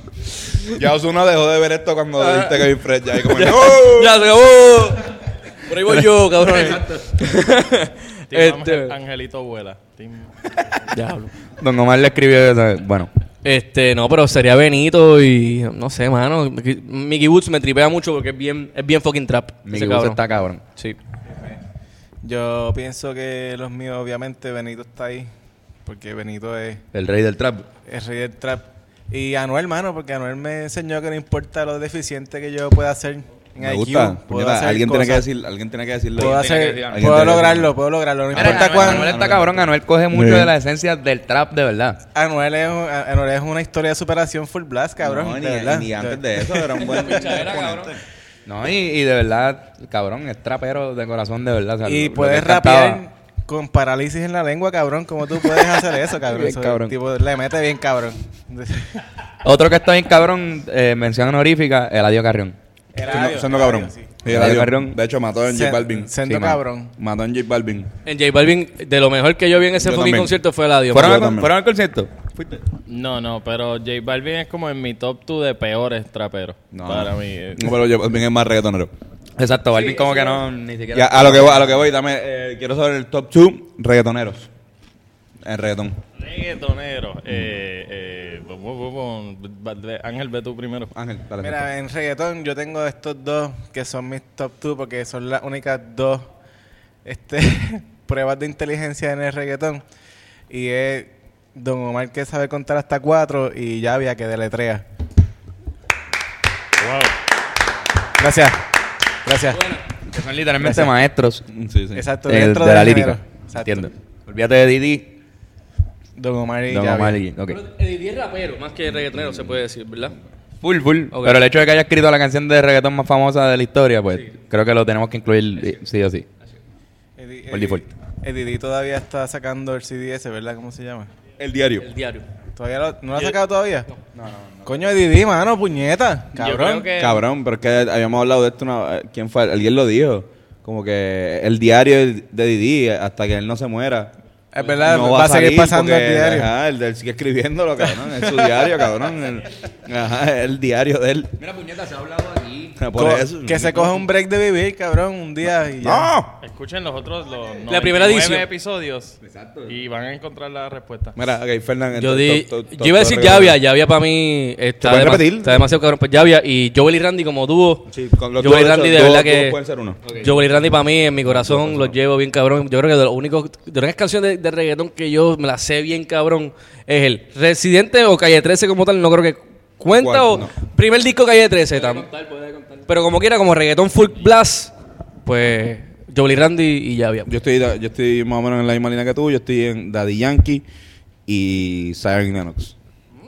F: Ya Osuna dejó de ver esto cuando dijiste Kevin Fred. Ya, y (laughs) como, ¡No!
C: Ah. ya se acabó. Por ahí voy yo, cabrón.
I: Team
C: este,
I: Ángel- Angelito vuela. Team-
C: diablo.
A: Don Omar le escribió. Bueno.
C: Este, no, pero sería Benito y no sé, mano. Mickey Woods me tripea mucho porque es bien, es bien fucking trap. ese
A: Mickey Woods
C: cabrón.
A: está cabrón.
C: Sí.
H: Yo pienso que los míos, obviamente, Benito está ahí. Porque Benito es,
A: El rey del trap.
H: es rey del trap. Y Anuel, mano, porque Anuel me enseñó que no importa lo deficiente que yo pueda hacer en
F: Me
H: IQ,
F: gusta.
H: puedo
F: puñeta,
H: hacer
F: alguien tiene que
H: cosas.
F: decir, alguien tiene que decirle.
H: Puedo,
F: Alguien tiene
H: hacer,
F: que decir- alguien
H: puedo
F: tiene que decir-
H: lograrlo, puedo lograrlo. No importa
A: Anuel,
H: cuán.
A: Anuel está cabrón. Anuel coge mucho de la esencia del trap de verdad.
H: Anuel es, un- Anuel es una historia de superación full blast, cabrón.
F: No,
H: de
F: ni,
H: verdad.
F: ni antes de eso era un buen. exponente.
A: No, y, y de verdad, cabrón, es trapero de corazón de verdad. o sea,
H: Y
A: lo- lo
H: puedes
A: que cantaba-
H: rapear con parálisis en la lengua, cabrón. ¿Cómo tú puedes hacer eso, cabrón?
A: Bien,
H: Eso,
A: cabrón.
H: Tipo, le mete bien, cabrón.
A: Otro que está bien cabrón, eh, mención honorífica, Eladio Carrión.
F: Siendo, siendo cabrón.
H: Sí.
F: Sí, era
A: Radio
F: Dios.
A: Carrión.
F: De hecho, mató a J
H: Sen-
F: Balvin.
H: siendo
A: Sí, man.
H: cabrón.
F: Mató a J Balvin.
C: En J Balvin, de lo mejor que yo vi en ese
F: Yo
C: fucking
F: también.
C: concierto fue la Dios.
A: ¿Fueron,
F: yo
A: al, con-
F: también.
A: ¿Fueron al concierto? ¿Fuiste?
I: No, no, pero J Balvin es como en mi top 2 de peores traperos.
F: No.
I: Para mí. eh.
F: No, pero J Balvin es más reggaetonero.
A: Exacto, Balvin como que no, ni siquiera.
F: Ya, a, lo que voy, a lo que voy, dame, eh, quiero saber el top 2 reggaetoneros. El reggaetón.
I: Reggaetonero. eh, eh, bu- bu- bu- bu- ba- de- Ángel, ve tú primero.
F: Ángel, dale.
H: Mira, en reggaetón yo tengo estos dos que son mis top 2 porque son las únicas dos este, (laughs) pruebas de inteligencia en el reggaetón. Y es Don Omar que sabe contar hasta cuatro y Yavia que deletrea.
I: Wow.
H: Gracias. Gracias.
A: Que son literalmente maestros
F: Sí, sí.
H: Exacto.
A: eh,
H: dentro
A: de la
H: del
A: lírica.
H: género. Exacto.
A: Entiendo. Olvídate de Didi,
H: Don Omar y
A: Don
H: Yavia.
A: Omar y- ok.
C: Eddie es rapero, más que reggaetonero, se puede decir, ¿verdad?
A: Full, full.
C: Ok.
A: Pero el hecho de que haya escrito la canción de reggaetón más famosa de la historia, pues creo que lo tenemos que incluir eh, sí o sí.
H: Eddie-
A: Por
H: Eddie-
A: default.
H: Eddie D todavía está sacando el CDS, ¿verdad? ¿Cómo se llama?
F: El diario.
C: El diario.
H: ¿Todavía lo- ¿No lo ha sacado todavía? No, no, no. Coño, Eddie D, mano, puñeta. Cabrón.
C: creo que-
F: Cabrón, pero es que habíamos hablado de esto. Una, eh, ¿Quién fue? Alguien lo dijo. Como que el diario de Didi hasta que él no se muera.
H: Es verdad,
F: no
H: va, a seguir
F: salir
H: pasando
F: porque,
H: el diario.
F: Ajá, el de él sigue escribiéndolo, cabrón. Es su diario, cabrón. El, ajá, el diario de él.
A: Mira, puñeta, se ha hablado aquí.
F: (laughs) Por
H: Co-
F: eso.
H: Que se coja un break de vivir, cabrón, un día y ya.
F: ¡No!
I: Escuchen los otros, los
C: La primera
I: 99
C: edición.
I: episodios. Y van a encontrar la respuesta.
F: Mira, ok, Fernández.
C: Yo, di, yo iba a decir Llavia, Llavia para mí está,
F: pueden
C: dema-
F: repetir?
C: está demasiado cabrón. Pues Llavia y Joel y Randy como dúo.
F: Sí, con los
C: Joel y
F: dos,
C: Randy de
F: dos-
C: verdad
F: dos
C: que...
F: pueden ser uno.
C: Joel y Randy para mí en mi corazón los llevo bien cabrón. Yo creo que de los únicos, de las únicas canciones de, de reggaetón que yo me la sé bien cabrón es el Residente o Calle 13 como tal, no creo que cuenta
F: Cuarto,
C: o
F: no.
C: primer disco Calle 13 también. Pero como quiera, como reggaetón full blast, pues Joel y Randy y Llavia.
F: Yo estoy, yo estoy más o menos en la misma línea que tú. Yo estoy en Daddy Yankee y Siren Lennox.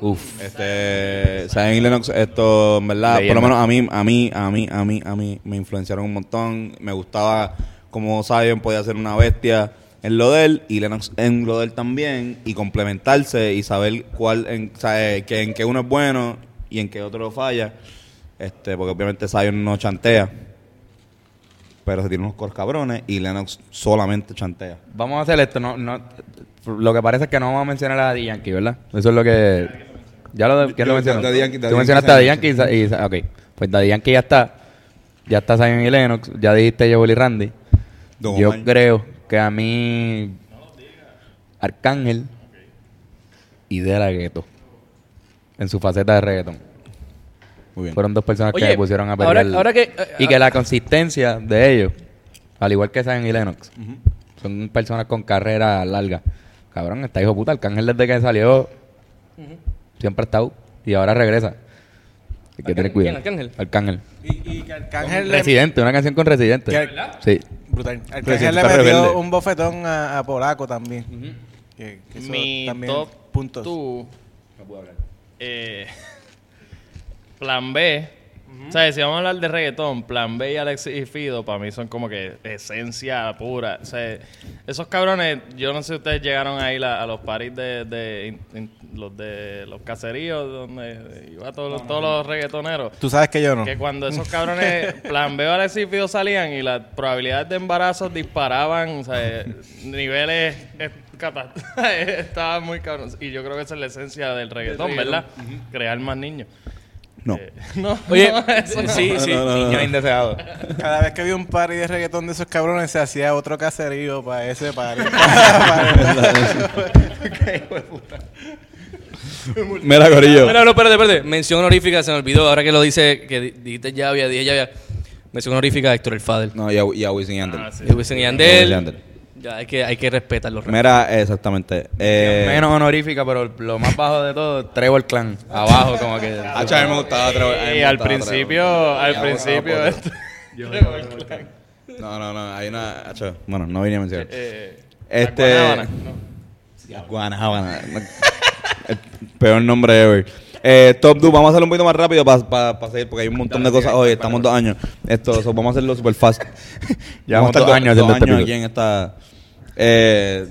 F: Uf. Este, Siren y Lennox, esto, en verdad, por
A: Leyenda.
F: lo menos a mí, a mí, a mí, a mí, a mí, me influenciaron un montón. Me gustaba como Siren podía ser una bestia en lo de él y Lennox en lo de él también y complementarse y saber cuál, en, sabe, que en qué uno es bueno y en qué otro falla. Este, porque obviamente Zion no chantea. Pero se tiene unos coros cabrones y Lennox solamente chantea.
A: Vamos a hacer esto. No, no, lo que parece es que no vamos a mencionar a Daddy Yankee, ¿verdad? Eso es lo que. Ya lo, ¿quién
F: Yo-
A: lo mencionó?
F: Daddy Yankee- Daddy
A: Tú mencionaste a Daddy Yankee
F: Yankee
A: y, Sa- y Sa- Ok. Pues Daddy Yankee ya está. Ya está Simon y Lennox. Ya dijiste Joel y Randy.
F: Don
A: Yo
F: Omar.
A: creo que a mí. Arcángel y De La Ghetto. En su faceta de reggaetón.
F: Muy bien.
A: Fueron dos personas que
C: Oye,
A: me pusieron a
C: ahora-
A: pelear.
C: ahora que- eh, ah,
A: y que la consistencia de ellos, al igual que San y Lennox, son personas con carrera larga. Cabrón, está hijo de puta. Arcángel desde que salió siempre ha estado y ahora regresa. Hay que tener
C: ¿Arcángel?
A: cuidado.
C: ¿Quién, Arcángel?
A: Arcángel.
H: Y, y que Arcángel le,
A: Residente, una canción con Residente.
H: ¿Qué, verdad?
A: Sí.
H: brutal.
F: Recién
H: Arcángel le
F: está
H: metió
F: rebelde.
H: un bofetón a, a Polaco también. Que- que eso
I: Mi
H: también
I: top
H: puntos.
I: two, eh, (laughs) plan B. O sea, si vamos a hablar de reggaetón, Plan B y Alex y Fido para mí son como que esencia pura. O sea, esos cabrones, yo no sé si ustedes llegaron ahí la- a los paris de, de- in- in- los de los caseríos donde iba todos los, todos los reggaetoneros.
H: Tú sabes que yo no.
I: Que cuando esos cabrones plan B o Alex y Fido salían y las probabilidades de embarazos disparaban, o sea, eh, niveles eh, cata- (laughs) estaban muy cabrones. Y yo creo que esa es la esencia del reggaetón, ¿verdad? Crear más niños.
F: No.
I: Eh, (laughs) no,
C: Oye,
I: no, eso no.
C: sí, sí.
A: Niño indeseado.
H: Cada vez que vi un party de reggaetón de esos cabrones, se hacía otro caserío para ese
I: (laughs)
H: party. (laughs) Para-
F: Mira, Corillo.
C: No, no, espérate, espérate. Mención honorífica, se me olvidó. Ahora que lo dice, que di- dijiste Llavia, dije Llavia. Mención honorífica a Héctor el Fader.
F: No, y a, y a Wisin y Yandel.
I: Ah, sí.
C: Y Wisin y
F: Wisin y
C: Yandel.
F: Yandel.
C: Ya, hay que, hay que respetar los respetos.
F: Mira, exactamente. Eh,
A: Menos honorífica, pero lo más bajo de todo, Trevor Clan. Abajo, como que.
F: Hacho, a mí Ah, me gustaba otra vez, a mí me
I: Y al
F: gustaba otra vez.
I: principio, al
F: Ya,
I: principio,
F: vamos,
I: esto- (laughs)
F: No, no, no. Hay una. hacho, bueno, no venía a mencionar.
I: eh,
F: Este-
I: la guanábana, no.
F: Ya, Guanábana. No. El peor nombre ever. Eh, top 2, vamos a hacerlo un poquito más rápido para seguir, porque hay un montón de cosas hoy. Estamos dos años. Esto, so, vamos a hacerlo super fast. (laughs)
A: Llevamos
F: Vamos a estar
A: dos años haciendo
F: dos
A: este
F: años
A: episodio.
F: aquí en esta. eh,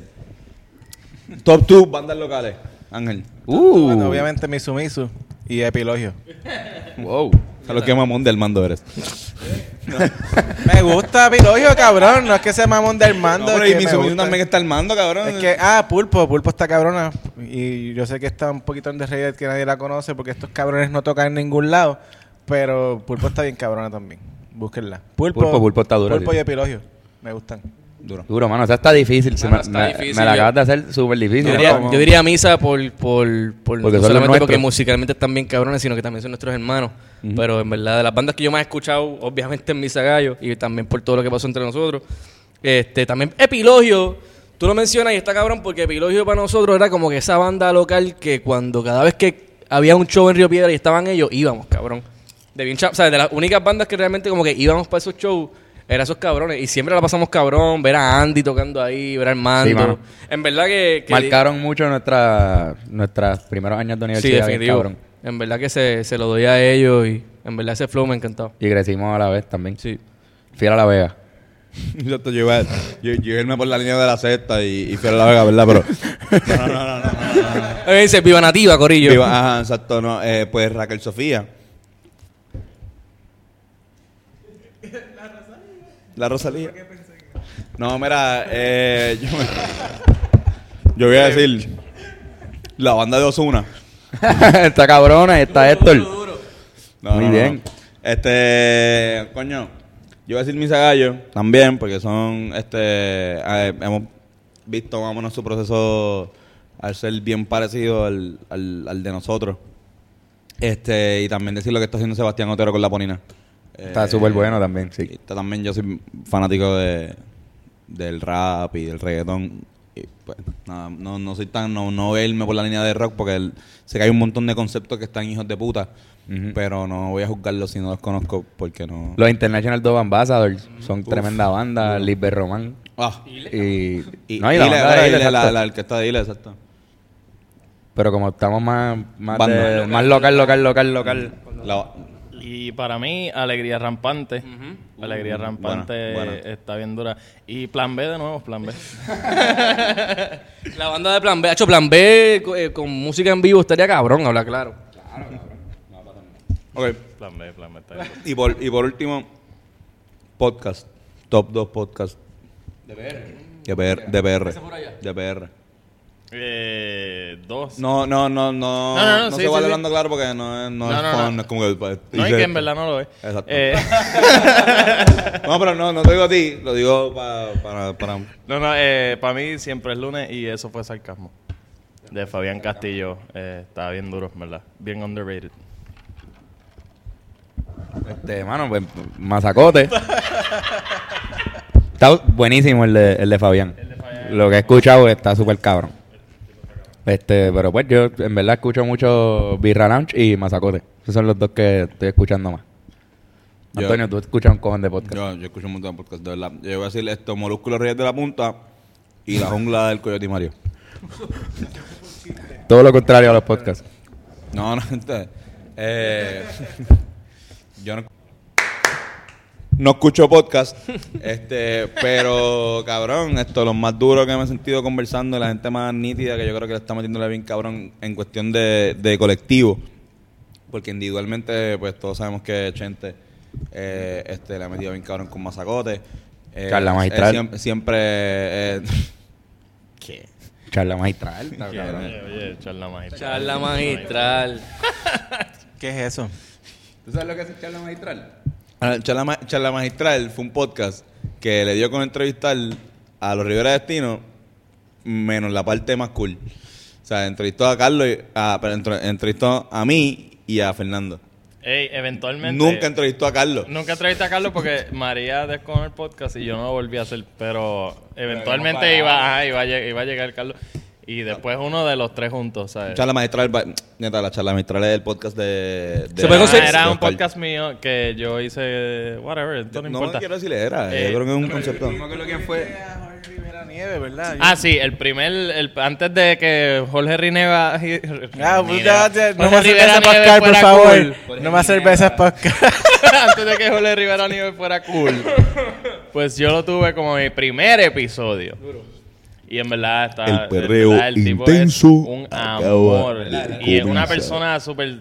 F: top 2, bandas locales. Ángel.
A: Uh,
H: Obviamente, Misumisu y Epilogio.
A: wow.
F: A lo que mamón del mando eres.
H: Me gusta Epilogio, cabrón. No es que sea mamón del mando.
F: No, pero
H: es
F: y
H: que
F: mi
H: me
F: sobrino
H: gusta.
F: también está al mando, cabrón.
H: Es que, ah, Pulpo, Pulpo está cabrona. Y yo sé que está un poquito en desredad que nadie la conoce porque estos cabrones no tocan en ningún lado. Pero Pulpo está bien cabrona también. Búsquenla. Pulpo,
A: Pulpo, Pulpo está dura,
H: Pulpo
A: tío.
H: y Epilogio. Me gustan.
F: Duro.
A: Duro, mano. O sea, está difícil. Se
C: Mano,
A: me,
C: está
A: me-
C: difícil,
A: me la
C: yo-
A: acabas de hacer súper difícil.
C: Yo diría,
A: ¿no?
C: yo diría misa por, por,
A: Porque
C: por
A: son
C: no
A: los
C: solamente porque
A: nuestros.
C: musicalmente están bien cabrones, sino que también son nuestros hermanos. Pero en verdad, de las bandas que yo más he escuchado, obviamente en Misa Gallo, y también por todo lo que pasó entre nosotros. Este, también Epilogio, tú lo mencionas y está cabrón, porque Epilogio para nosotros era como que esa banda local que cuando cada vez que había un show en Río Piedra y estaban ellos, íbamos, cabrón. De bien cha- o sea, de las únicas bandas que realmente como que íbamos para esos shows, eran esos cabrones. Y siempre la pasamos cabrón, ver a Andy tocando ahí, ver a Armando.
A: mano.
C: en verdad que... que-
A: Marcaron mucho nuestra, nuestros primeros años de
C: Sí,
A: universidad. bien
C: definitivo.
A: cabrón.
C: En verdad que se, se lo doy a ellos y en verdad ese flow me ha encantado.
A: Y crecimos a la vez también.
C: Sí.
A: Fiel a la Vega. (laughs)
F: (laughs) Exacto, yo iba, yo, yo irme por la línea de la cesta y, y fui a la vega, ¿verdad? Pero. No, no, no, no. no, no, no.
C: Eh, dice, viva nativa, Corillo.
F: Iba- ajá, exacto, no. eh, pues Raquel Sofía. La Rosalía. No, mira, eh, yo me- Yo voy a decir la banda de Osuna.
A: está cabrona, está Héctor. Muy bien.
F: Este, coño, yo voy a decir mis agallos también, porque son, este, eh, hemos visto más o menos su proceso al ser bien parecido al, al, al de nosotros. Este, y también decir lo que está haciendo Sebastián Otero con la Ponina.
A: Está súper bueno también, sí.
F: Y ta- también yo soy fanático de, del rap y del reggaetón. Y, pues, nada, no, no soy tan, no, no voy a irme por la línea de rock porque el- sé que hay un montón de conceptos que están hijos de puta, pero no voy a juzgarlos si no los conozco porque no...
A: Los International Dove Ambassadors son tremenda banda, Lisbeth Román.
F: Ah,
A: Y,
F: y-
A: no, y
F: y
A: la
F: la-
A: banda de Ile,
F: la- la-
A: exacto.
F: la orquesta de Ile, exacto.
A: Pero como estamos más, más,
F: Banda.
A: de-
F: Local,
A: más local, local, local, local.
F: La-
I: Y para mí, Alegría Rampante. Alegría Rampante
F: buena, buena.
I: está bien dura. Y Plan B de nuevo, Plan B. (laughs)
C: La banda de Plan B, hecho Plan B co- eh, con música en vivo estaría cabrón, habla claro.
F: Ok,
I: plan B, Plan B está bien.
F: y por, y por último, podcast, top 2 podcast. De PR. De PR. De PR.
I: Eh, dos.
F: No, no, no, no.
I: No, no, no, sí,
F: se va
I: sí,
F: hablando claro porque no, es- no,
I: No,
F: es
I: no,
F: fun,
I: no.
F: no es como que. pues,
I: No, y
F: dice
I: que en
F: esto.
I: verdad no lo es.
F: Exacto.
I: Eh,
F: No, pero no, no te digo a ti, lo digo pa- para. para
I: no, no, eh, para mí siempre es lunes y eso fue sarcasmo. De Fabián Castillo. Eh, está bien duro, en ¿verdad? Bien underrated.
A: Este, mano, pues, mazacote. está buenísimo el de, el de Fabián. Lo que he escuchado está súper cabrón. Este, pero pues yo en verdad escucho mucho Birra Lounge y Mazacote. Esos son los dos que estoy escuchando más.
F: Yo-
A: Antonio, tú escuchas un cojón de podcast.
F: yo, yo escucho un montón de podcast, de verdad. Yo voy a decir esto: Molúsculo Reyes de la Punta y (laughs) La Jungla del Coyote y Mario.
A: Todo lo contrario a los podcasts.
F: No, (laughs) no, este, eh, Yo no. No escucho podcast, este, pero cabrón, esto lo más duro que me he sentido conversando, la gente más nítida que yo creo que le está metiéndole bien cabrón en cuestión de, de colectivo, porque individualmente pues todos sabemos que Chente eh, este, le ha metido bien cabrón con Mazacote. eh,
A: Carla
F: eh,
A: Magistral.
F: siempre siempre, eh,
A: Charla magistral. está cabrón.
I: Oye, oye, charla magistral.
C: Charla magistral.
H: ¿Qué es eso?
F: ¿Tú sabes lo que es Charla Magistral? Ah, Charla, Ma- Charla Magistral fue un podcast que le dio con entrevistar a los Rivera Destino, menos la parte más cool. O sea, entrevistó a Carlos, y- a, pero entre- entrevistó a mí y a Fernando.
I: Ey, eventualmente.
F: Nunca entrevistó a Carlos.
I: Nunca entrevisté a Carlos porque María descon el podcast y yo no lo volví a hacer, pero eventualmente iba, ajá, iba, a, lle- iba a llegar Carlos. Y después uno de los tres juntos, ¿sabes?
F: Charla Magistral, va- neta, la Charla Magistral es el podcast de... de-
C: Se puede
I: Ah,
C: conseguir-
I: era un
F: Oscar.
I: podcast mío que yo hice, whatever, esto no,
F: No,
I: importa.
F: quiero decirle, era.
I: Eh,
F: yo creo que es un concepto.
H: Rivera Nieves, ¿verdad?
I: Ah, sí, el primer, el, antes de que Jorge Rineva...
H: Ah,
I: Rineva-
H: puta, no
I: Jorge
H: más cervezas
I: Nieves
H: Pascal, por
I: fuera
H: favor.
I: cool.
H: No más cervezas Pascal.
I: (laughs) antes de que Jorge Rivera Nieves fuera cool, pues yo lo tuve como mi primer episodio. Y en verdad está
F: El
I: en
F: perreo
I: verdad, el tipo es
F: intenso
I: un
F: acaba
I: amor.
F: de
I: Y es una
F: comenzar.
I: persona súper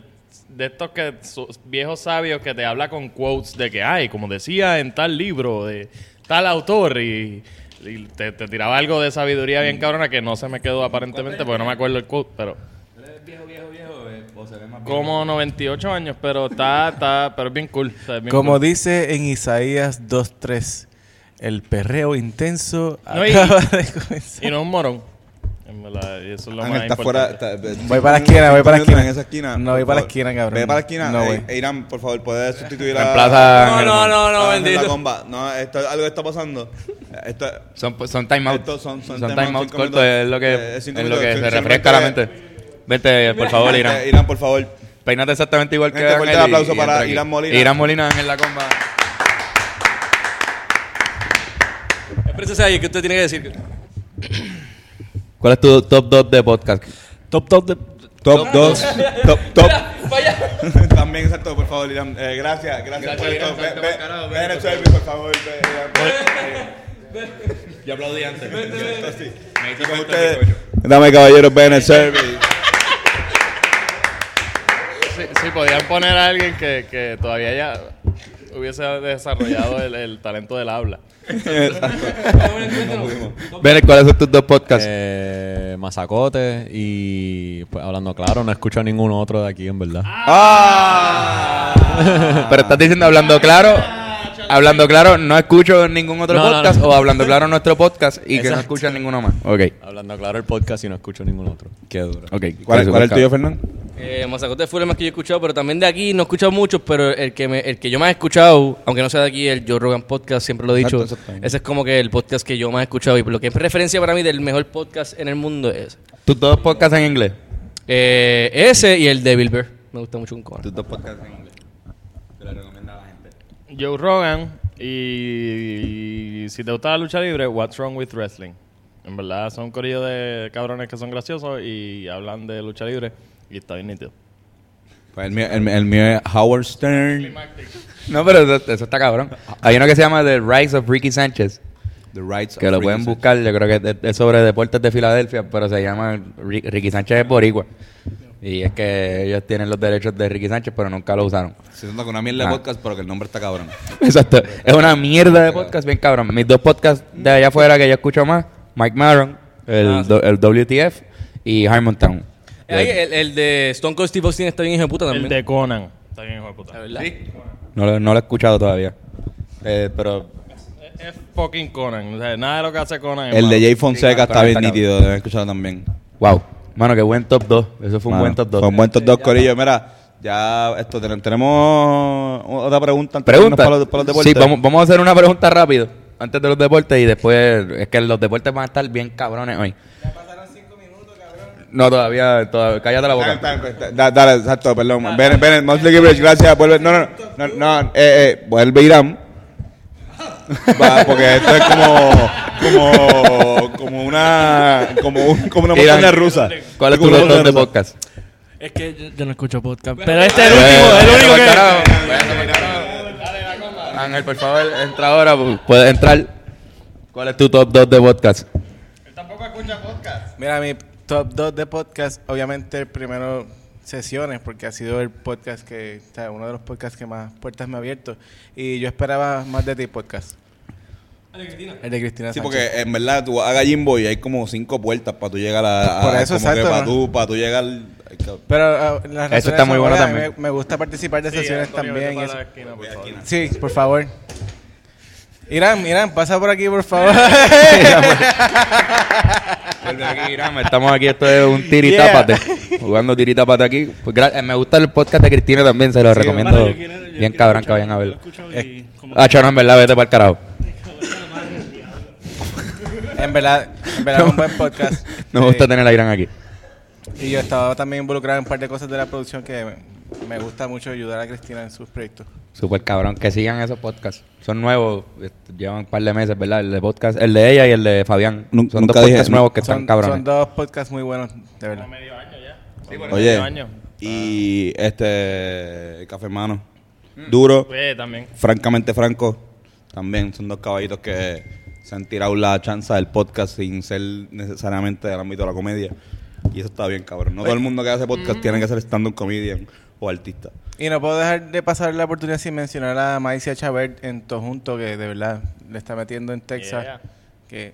I: de estos que su- viejos sabios que te habla con quotes de que ay, como decía en tal libro de tal autor y, y te, te tiraba algo de sabiduría bien cabrona que no se me quedó aparentemente porque no me acuerdo el quote, pero como 98 años, pero está, está, pero es bien cool. o sea, es bien
H: Como
I: cool.
H: dice en Isaías 2.3, el perreo intenso
I: No, y-
H: acaba de comenzar.
I: Y no es un morón. En verdad, y eso es lo
F: Ángel,
I: más
F: Ah, está
I: importante.
F: fuera, está-
H: Voy para la esquina, voy para la esquina.
F: En esa esquina.
H: No, voy
F: por
H: para la
F: favor.
H: esquina, cabrón.
F: Ve para la esquina.
H: No
F: Eh,
H: voy. Ah,
F: eh, Irán, por favor,
H: (laughs)
F: puedes sustituir a...
A: Reemplaza a
C: No,
A: Ángel
C: no,
A: Román.
C: no, no,
F: Ángel
C: bendito.
F: Lacomba. No, esto, algo está pasando. Esto,
A: Son, son timeouts.
F: Estos son-
A: Son,
F: son
A: timeouts
F: timeouts, cinco
A: cortos,
F: minutos.
A: es lo que,
F: Eh,
A: es
F: cinco
A: lo
F: minutos,
A: que se
F: cinco
A: refresca la
F: minutos.
A: mente. Vente, por
F: (laughs)
A: favor, Irán.
F: Eh, Irán, por favor.
A: Peínate exactamente igual
F: Gente,
A: que
F: fuerte
A: Ángel
F: el aplauso
A: y- y
F: para
A: entra aquí.
F: Irán Molina.
A: Irán Molina, Ángel La Comba.
C: Exprésese ahí, ¿qué usted tiene que decir?
A: ¿Cuál es tu top 2 de podcast?
B: Top, top de...
F: Top 2. Top, top.
C: (laughs) Vaya.
F: También, exacto, por favor, Irán. Eh, gracias, gracias por esto. Ve- ve- Ven el service, por favor. ve, eh. Irán.
A: Yo aplaudí antes.
F: Exacto, sí. Y con ustedes, Dame, caballeros, ven el (laughs) service.
I: Sí, sí, podían poner a alguien que, que todavía ya. hubiese desarrollado el, el talento del habla.
F: Ver cuáles son tus dos podcasts.
G: Eh, mazacote y pues hablando claro, no escucho a ninguno otro de aquí en verdad.
F: ¡Ah!
A: Pero estás diciendo hablando claro. Hablando claro, no escucho ningún otro
G: No, no,
A: podcast.
G: no.
A: O hablando claro, nuestro podcast. Y que no
G: Exacto.
A: escuchan ninguno más. Ok.
G: Hablando claro el podcast y no escucho ningún otro.
F: Qué duro.
A: Ok.
F: ¿Cuál, cuál es el tuyo, Fernán?
C: Eh, Mazacote fue el más que yo he escuchado, pero también de aquí no he escuchado muchos, pero el que me, el que yo más he escuchado, aunque no sea de aquí, el Joe Rogan Podcast, siempre lo he dicho.
F: Exacto, exacto.
C: Ese es como que el podcast que yo más he escuchado y por lo que es referencia para mí del mejor podcast en el mundo es
A: Tus dos podcasts en inglés.
C: eh, ese y el de Bill Burr. Me gusta mucho un cono.
A: Tus dos podcasts en inglés. Te lo recomiendo a la gente.
I: Joe Rogan y, y si te gusta la lucha libre, What's Wrong with Wrestling. En verdad son un corillo de cabrones que son graciosos y hablan de lucha libre y está bien nítido.
F: Pues el, mío, el, el mío es Howard Stern,
A: No, pero eso, eso está cabrón. Hay uno que se llama The Rise of Ricky Sánchez.
F: The Rights
A: Que
F: of
A: lo
F: Ricky
A: pueden
F: Sanchez.
A: buscar, yo creo que es, es sobre deportes de Filadelfia, pero se llama Ri- Ricky Sánchez es Boricua. Y es que ellos tienen los derechos de Ricky Sánchez, pero nunca lo usaron. (laughs)
F: Se sienta con una mierda de
A: Ah.
F: podcast, pero que el nombre está cabrón.
A: Exacto. Es una mierda de podcast, bien cabrón. Mis dos podcasts de allá afuera que yo escucho más, Mike Maron, el, do- el WTF, y Harmontown.
C: Eh, ahí, el, el de Stone Cold Steve Austin está bien hijo de puta también.
I: El de Conan. Está bien, hijo de puta.
C: La verdad.
A: No, lo- no lo he escuchado todavía. Eh, pero
I: Es- Es fucking Conan. O sea, nada de lo que hace Conan. es
F: El de
I: malo.
F: Jay Fonseca
A: Sí,
F: está bien
A: está cabrón.
F: nítido, deben escucharlo también.
A: Wow. Mano, qué buen top 2. Eso fue un
F: Mano,
A: buen top 2.
F: Fue un buen top 2, Corillo. Mira, ya esto, ten- tenemos otra pregunta. antes de irnos
A: Pregunta.
F: Para los, para los
A: sí,
F: deportes.
A: vamos, vamos a hacer una pregunta rápido. Antes de los deportes y después. Es que los deportes van a estar bien cabrones hoy. Ya pasaron 5 minutos, cabrón. No, todavía. todavía cállate la
F: Dale,
A: boca.
F: dale, dale, dale, exacto, perdón. Ven, ven, Mosley Gilbert, gracias. Vuelve, no, no, no, no, no, eh, eh, vuelve Irán. Va, porque esto es como, como, como una, como, un, como una
A: Irán.
F: montaña rusa.
A: ¿Cuál es tu
F: Como una
A: top dos de
F: montaña rusa.
A: podcast?
B: Es que yo, yo no escucho podcast. Pero este es el
A: Bueno,
B: último, el único
A: bueno,
B: que.
A: carajo. Ángel, por favor, entra ahora. pues, Puedes entrar. ¿Cuál es tu top 2 de podcast?
H: Mira, mi top 2 de podcast, obviamente el primero sesiones, porque ha sido el podcast que, o sea, uno de los podcasts que más puertas me ha abierto. Y yo esperaba más de ti podcast. El de Cristina.
F: Sí,
H: Sánchez.
F: porque en verdad tú hagas Jimbo y hay como cinco puertas para tú llegar a. a-
H: Por eso,
F: como que
H: exacto,
F: Para
H: ¿no?
F: tú, para tú llegar.
H: Pero ah, las razones
A: está muy bueno
H: son buenas, a mí
A: también.
H: Me, me gusta participar de
I: Sí,
H: sesiones
I: Antonio, vete
H: también.
I: para
H: eso.
I: la esquina, por favor.
H: Sí, por favor. Irán, Irán, pasa por aquí,
A: (laughs)
H: por favor.
A: Estamos aquí, esto es un tiritápate. Jugando tiritápate aquí. Pues gra- eh, me gusta el podcast de Cristina también, se lo recomiendo. bien cabrón que vayan a verlo. Ah, chao, no, en verdad, vete para el carajo.
H: en verdad, en verdad, un buen podcast.
A: (laughs) No me
H: Sí.
A: gusta tener a Irán aquí.
H: Y yo estaba también involucrado en un par de cosas de la producción que me- me gusta mucho ayudar a Cristina en sus proyectos.
A: Súper cabrón, que sigan esos podcasts. Son nuevos, este, llevan un par de meses, ¿verdad? El de podcast, el de ella y el de Fabián.
F: Nun-
A: son dos
F: nunca
A: podcasts
F: dije-
A: nuevos que
H: Son,
A: están cabrones.
H: son dos podcasts muy buenos, de verdad.
I: Medio año ya. Sí,
F: Oye,
I: medio año.
F: y este. Café Hermano. Duro.
I: Oye, también.
F: francamente franco, también son dos caballitos que se han tirado la chanza del podcast sin ser necesariamente del ámbito de la comedia. Y eso está bien, cabrón. No todo el mundo que hace podcast tiene que ser stand-up comedian o artista.
H: Y no puedo dejar de pasar la oportunidad sin mencionar a Maicia Chabert en Todo Junto, que de verdad le está metiendo en Texas.
I: Yeah.
H: Que,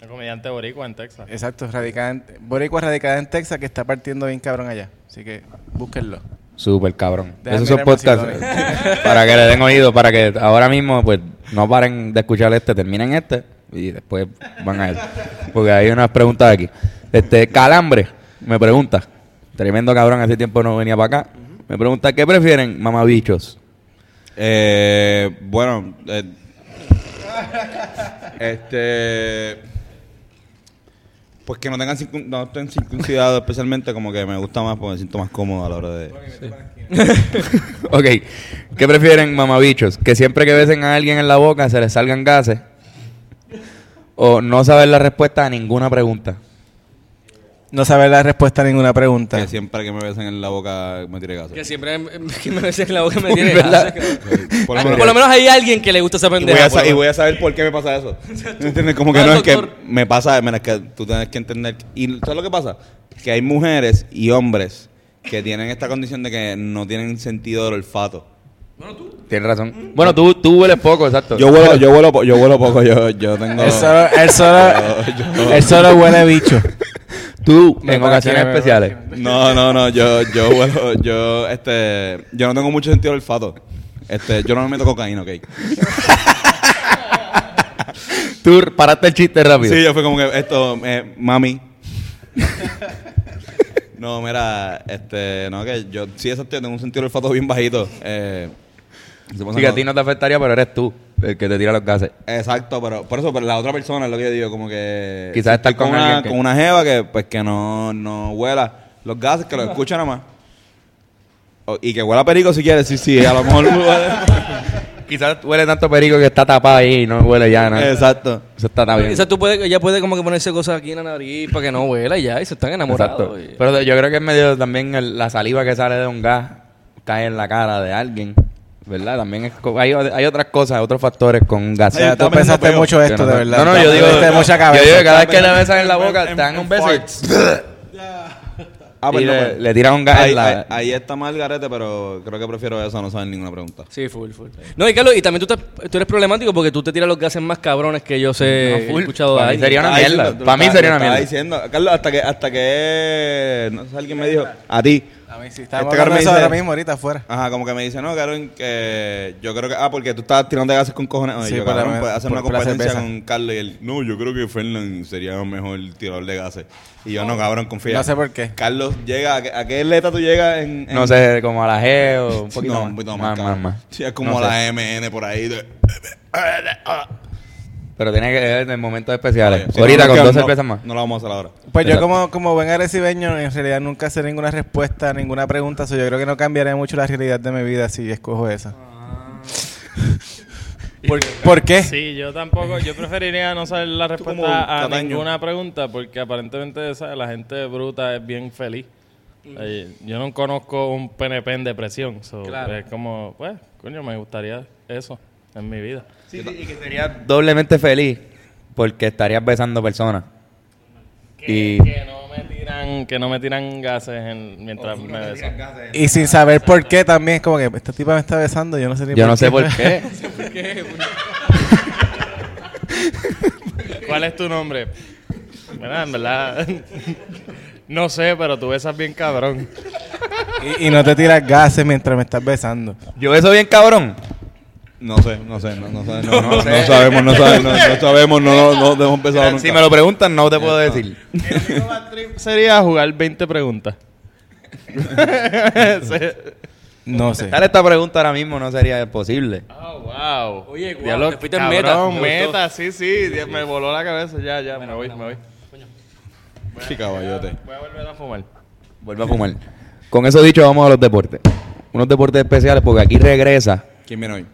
I: El comediante boricua en Texas.
H: exacto, radicada en, Boricua radicada en Texas, que está partiendo bien cabrón allá. Así que búsquenlo.
A: Súper cabrón.
H: Déjame
A: Esos son
H: ir a
A: podcasts
H: Macedonia.
A: (laughs) para que le den oído, para que ahora mismo pues no paren de escuchar este, terminen este y después van a él. Porque hay unas preguntas aquí. Este, Calambre me pregunta, tremendo cabrón, hace tiempo no venía para acá. Me pregunta, ¿qué prefieren, mamabichos? (laughs)
F: Eh, bueno, eh, este. Pues que no tengan circun- no estén circuncidados, especialmente como que me gusta más porque me siento más cómodo a la hora de.
A: ok, ¿qué prefieren, mamabichos? Que siempre que besen a alguien en la boca se les salgan gases. O no saber la respuesta a ninguna pregunta.
H: No saber la respuesta a ninguna pregunta.
F: Que siempre que me besen en la boca me tire gaso.
C: Que siempre que me (laughs) decía que la boca
A: (laughs)
C: me
A: Uy,
C: tiene.
A: ¿verdad?
C: gases, cabrón.
F: Por
C: Ah,
F: lo
C: Por,
F: menos-
C: lo menos hay alguien que le gusta esa
F: Y voy, a
C: pendeja.
F: sa-
C: por
F: y
C: lo
F: voy a saber por qué me
C: (laughs)
F: pasa eso. ¿Me entiendes? Como que
C: Ah,
F: no es que
C: doctor.
F: me pasa, mira, es que tú tienes que entender. ¿Y sabes lo que pasa? Que hay mujeres y hombres que tienen esta condición de que no tienen sentido del olfato.
A: Tienes razón. Bueno, tú, tú hueles poco, exacto.
F: Yo vuelo, yo vuelo, po- yo vuelo poco, yo, yo tengo.
H: Él solo, él solo, él solo huele bicho.
A: Tú,
H: Me
A: en ocasiones
H: imagino, me
A: especiales.
F: No, no, no, yo, yo vuelo, yo, este, yo no tengo mucho sentido del olfato. Este, yo no me meto cocaína, ok.
A: Tú paraste el chiste rápido.
F: Sí, yo fue como que esto, eh,
A: (laughs)
F: mami. no, mira, este, no, que yo, sí, eso tío, tengo un sentido del olfato bien bajito. Eh, se pasa
A: Sí, que a
F: cuando-
A: ti no te afectaría, pero eres tú el que te tira los gases.
F: Exacto, pero por eso, pero la otra persona es lo que yo digo, como que.
A: Quizás
F: si
A: estar
F: estoy con,
A: con
F: una,
A: alguien que-
F: con una jeva que, pues, que no, no huela los gases, que lo escucha nada más. O- y que huela a perico si quiere, sí, sí, a lo mejor.
A: Quizás huele tanto perico que está tapado ahí y no huele ya nada.
F: Exacto.
A: Eso está, está bien.
C: Quizás tú puedes, ella puede como que ponerse cosas aquí en la nariz para que no huela y ya, y se están
A: Exacto.
C: enamorados. y-
A: Pero yo creo que es medio también el- la saliva que sale de un gas cae en la cara de alguien, ¿verdad? También es co- hay, hay otras cosas, otros factores con un gas.
F: Ay,
H: Ya,
F: Está
H: tú
F: pensando
H: pensaste
F: peor.
H: mucho esto, de
A: no,
H: verdad.
A: no, no, yo digo,
H: Te diste mucha cabeza.
A: yo digo que cada vez que le besan en la boca, te dan un beso y, (laughs)
F: Ah,
A: y
F: perdón,
A: le,
F: perdón.
A: le tiran un gas
F: Ahí,
A: en la...
F: ahí- ahí está mal garete, pero creo que prefiero eso, no saben ninguna pregunta.
C: Sí, full, full. No, y Carlos, y también tú, te- tú eres problemático porque tú te tiras los gases más cabrones que yo sé,
A: No, full.
C: he escuchado de
A: Para mí
C: alguien.
A: sería una
F: Estaba
A: mierda.
F: diciendo-
A: Para mí
F: estaba-
A: sería una
F: estaba
A: mierda.
F: diciendo, Carlos, hasta que, hasta que, no sé, alguien me dijo, a ti.
H: A mí sí, estábamos
F: Este
H: hablando
F: Carmen
H: de eso
F: dice-
H: ahora mismo, ahorita afuera.
F: Ajá, como que me dice, no, Karen, que yo creo que. Ah, porque tú estabas tirando gases con cojones. Oye,
H: Sí,
F: yo,
H: por la
F: cabrón,
H: mesa,
F: pues, hacer
H: por-
F: una
H: por la
F: competencia
H: cerveza.
F: con Carlos y él. No, yo creo que Fernan sería mejor tirador de gases. Y yo, no, cabrón, confía.
H: No sé por qué.
F: Carlos llega, ¿a qué, a qué letra tú llegas en, en-
A: No sé, como a la G o
F: (laughs)
A: un poquito
F: no,
A: más.
F: un poquito
A: más,
F: más,
A: más,
F: cabrón.
A: más.
F: Sí, es como
A: No
F: la
A: sé.
F: MN por ahí. de-
A: Pero tiene que ver en momentos especiales.
F: Oye, si
A: Ahorita
F: no,
A: con
F: no,
A: dos
F: no,
A: cervezas más.
F: No la vamos a hacer ahora.
H: Pues yo
A: Exacto.
H: como, como buen arecibeño, en realidad nunca sé ninguna respuesta, ninguna pregunta, so yo creo que no cambiaré mucho la realidad de mi vida si escojo esa. Ah. ¿Por, por qué?
I: Sí, yo tampoco. Yo preferiría no saber la
F: como
I: respuesta a
F: Cataño.
I: ninguna pregunta porque aparentemente ¿sabes? la gente bruta es bien feliz. Eh, yo no conozco un PNP en depresión. so,
C: Claro.
I: Es como, pues, coño, me gustaría eso en mi vida.
A: y que serías doblemente feliz porque estarías besando personas. Y
I: Que no me tiran, que no me tiran gases en- mientras me besan.
H: Y sin saber por qué también, es como que esta tipa me está besando, yo no sé ni
A: yo no sé por (laughs) qué.
I: ¿Cuál es tu nombre? Bueno, en verdad, (laughs) no sé, pero tú besas bien cabrón.
H: (laughs) Y, y no te tiras gases mientras me estás besando.
A: Yo beso bien cabrón.
F: No sé, no sé, no, no, sabe- no, no- no sabemos, no sabemos, no, no sabemos, no, no, no hemos empezado nunca.
A: Si me lo preguntan, no te puedo decir.
I: Sería jugar 20 preguntas. (laughs)
H: No sé.
A: Dar esta pregunta ahora mismo no sería posible.
I: Oh, wow.
C: Oye, guau,
I: Diablo,
C: te fuiste en meta.
I: cabrón,
C: Me
I: meta.
C: gustó.
I: sí, sí, di- Me voló la cabeza. Ya, ya, me voy, me voy.
F: Sí, caballote.
I: Voy a volver a fumar.
A: Vuelve a fumar. Con eso dicho, vamos a los deportes. Unos deportes especiales porque aquí regresa
F: ¿Quién viene hoy?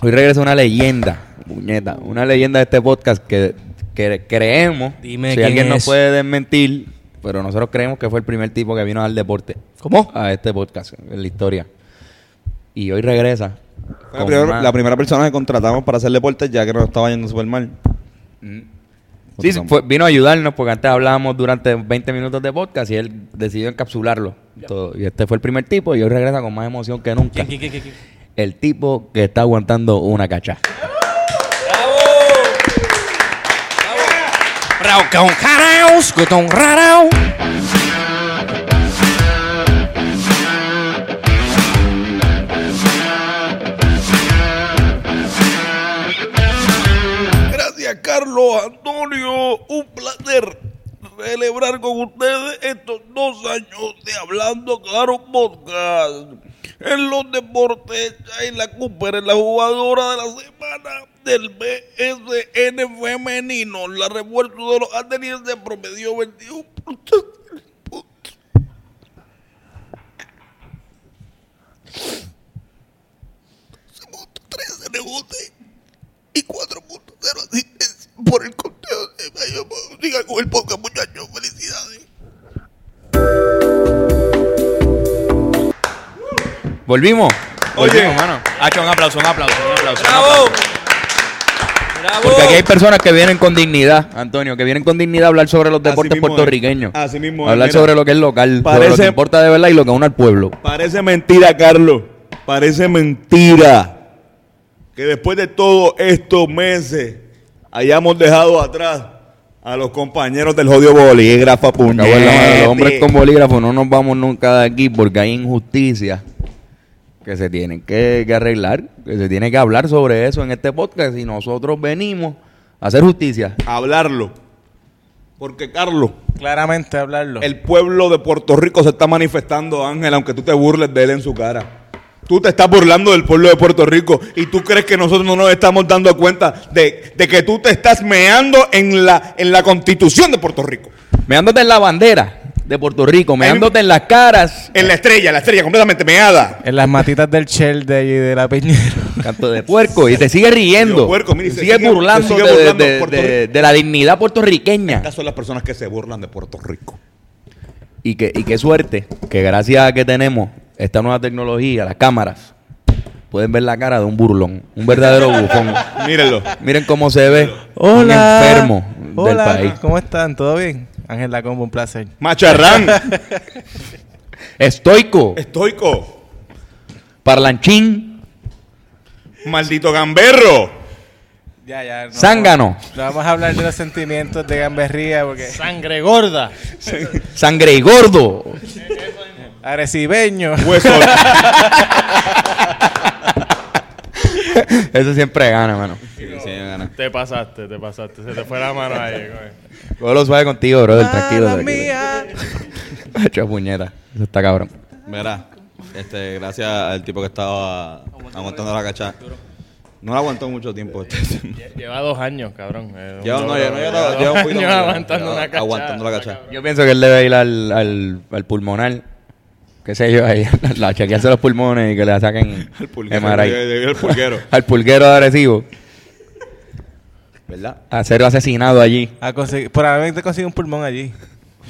A: Hoy regresa una leyenda, puñeta, una leyenda de este podcast que, que creemos,
C: Dime
A: si
C: quién
A: alguien nos
C: es.
A: puede desmentir, pero nosotros creemos que fue el primer tipo que vino al deporte.
C: ¿Cómo?
A: A este podcast, en la historia. Y hoy regresa.
F: Fue La,
A: con
F: primer-
A: una-
F: la primera persona que contratamos para hacer deportes ya que nos estaba yendo súper mal.
A: Sí, sí, fue- vino a ayudarnos porque antes hablábamos durante 20 minutos de podcast y él decidió encapsularlo. todo. Y este fue el primer tipo y hoy regresa con más emoción que nunca.
C: ¿Quién, quién, quién, quién, quién?
A: El tipo que está aguantando una cacha.
C: Rau, caun, jaraus, gotón, rarau.
F: Gracias, Carlos Antonio. Un placer celebrar con ustedes estos dos años de Hablando Claro Podcast. En los deportes, Ayla Cooper es la jugadora de la semana del BSN femenino. La refuerzo de los atenienses promedió 21 puntos. rebotes y 4.0 asistencia por el conteo de mayo. Sigan con el podcast, muchachos. Felicidades.
A: Volvimos.
F: Oye.
A: Volvimos, mano.
I: Hacho, un aplauso, un aplauso, un aplauso.
C: ¡Bravo! ¡Bravo!
A: Porque aquí hay personas que vienen con dignidad, Antonio, que vienen con dignidad a hablar sobre los deportes
F: mismo es.
A: puertorriqueños.
F: Así mismo es,
A: Hablar
F: mira.
A: sobre lo que es local, sobre lo
F: Parece-
A: que importa de verdad y lo que une al pueblo.
F: Parece mentira, Carlos, Parece mentira que después de todos estos meses hayamos dejado atrás a los compañeros del jodido bolígrafo,
A: Cago en la madre, Los hombres con
F: puñete.
A: bolígrafo no nos vamos nunca de aquí porque hay injusticias que se tienen que, que arreglar, que se tiene que hablar sobre eso en este podcast y nosotros venimos a hacer justicia.
F: Hablarlo. Porque, Carlos,
H: Claramente hablarlo.
F: el pueblo de Puerto Rico se está manifestando, Ángel, aunque tú te burles de él en su cara. Tú te estás burlando del pueblo de Puerto Rico y tú crees que nosotros no nos estamos dando cuenta de, de que tú te estás meando en la, en la constitución de Puerto Rico.
A: Meándote en la bandera de Puerto Rico, meándote en las caras,
F: En la estrella, la estrella completamente meada.
H: En las matitas del Shell de, allí de la Piñera.
A: canto de puerco, y te sigue riendo,
F: Dios, puerco, mire,
A: te
F: se
A: sigue
F: sigue-
A: burlando,
F: se sigue
A: de-
F: burlando
A: de,
F: Puerto
A: de-
F: Rico.
A: de la dignidad puertorriqueña.
F: Estas son las personas que se burlan de Puerto Rico.
A: Y que, y qué suerte que gracias a que tenemos esta nueva tecnología, las cámaras, pueden ver la cara de un burlón, un verdadero bufón.
F: Mírenlo.
A: Miren cómo se ve
H: Hola.
A: un enfermo del
H: Hola,
A: país.
H: ¿Cómo están? ¿Todo bien? Ángel La Combo, un placer.
F: Macharrán,
A: Estoico,
F: estoico,
A: parlanchín,
F: maldito gamberro.
H: Ya, ya. no-
A: zángano,
H: No vamos a hablar de los sentimientos de gamberría porque
I: Sangre gorda.
A: sangre y
H: (laughs)
A: gordo.
H: arecibeño.
F: Hueso,
A: Eso siempre gana, mano.
I: Te pasaste, te pasaste. Se te fue la mano ahí. coño.
A: Todo lo suave contigo, brother. Tranquilo.
H: Mala
A: tranquilo. (laughs)
H: mía.
A: Hacho, puñeta. Eso está cabrón.
F: Verá, este, gracias al tipo que estaba aguantando la cachada. No la aguantó mucho (laughs) tiempo. Este.
I: Lle- Lleva dos años, cabrón. Eh,
F: Lleva-
I: un
F: no,
I: logro,
F: lleva- no, lleva-
I: dos
F: lleva
I: (laughs)
F: un poquito
I: años
F: más, lleva-
I: aguantando
F: lleva-
I: una cachada.
F: aguantando la cachada.
I: cabrón.
A: Yo pienso que él debe ir al, al, al pulmonar, qué sé yo, ahí, (laughs) a chequearse los pulmones y que le
H: (laughs)
A: saquen
F: Al pulguero.
A: MRI.
F: De- de- al pulguero.
A: al pulguero de agresivo.
F: ¿Verdad?
A: A ser asesinado allí.
H: A conseguir, probablemente consigue un pulmón allí.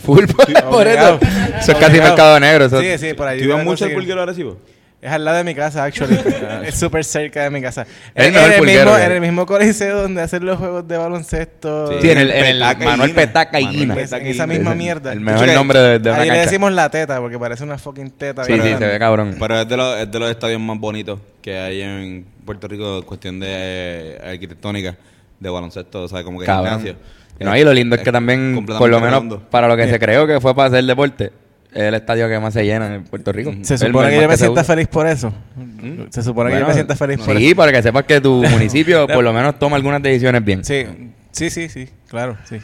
A: Full (laughs) por, por eso.
H: Obligado.
A: Eso es casi
H: Obligado.
A: mercado negro. Eso,
H: Sí, sí, por allí.
F: ¿Tú ibas
H: voy a
F: mucho al
H: conseguir.
F: pulguero agresivo?
H: Es al lado de mi casa,
A: (laughs)
H: actually. es súper cerca de mi casa.
A: Es el
H: En-
A: mejor
H: en, el
A: pulguero
H: mismo,
A: que hay.
H: en el mismo coliseo donde hacen los juegos de baloncesto.
A: Sí, en el, en el
F: Petaca y
A: Manuel
F: Guina.
A: Petaca y
F: Manuel
A: Guina.
H: Pues,
F: Petaca.
H: en esa misma
A: el-
H: mierda.
A: el mejor nombre de- de una
H: Ahí le
A: cancha.
H: decimos la teta porque parece una fucking teta.
A: Sí,
H: bien
A: sí, se
H: grande.
A: ve cabrón.
F: Pero es de, los, es de los estadios más bonitos que hay en Puerto Rico, en cuestión de eh, arquitectónica, de baloncesto, o sea, como que
A: Cabrón.
F: gimnasio.
A: No, y lo lindo
H: Eh,
A: es que también, por lo
F: completamente
A: menos
F: redondo.
A: para lo que se creó que fue para hacer deporte, es el estadio que más se llena en Puerto Rico.
H: Se
A: El más
H: supone que yo me
A: se
H: sienta
A: usa.
H: feliz por eso. Se supone que yo me
A: ¿Mm? Bueno,
H: sienta feliz por
A: Sí,
H: eso.
A: para que sepas que
H: (laughs)
A: tu municipio por lo menos toma algunas decisiones bien.
H: Sí, sí, sí, sí, claro, sí.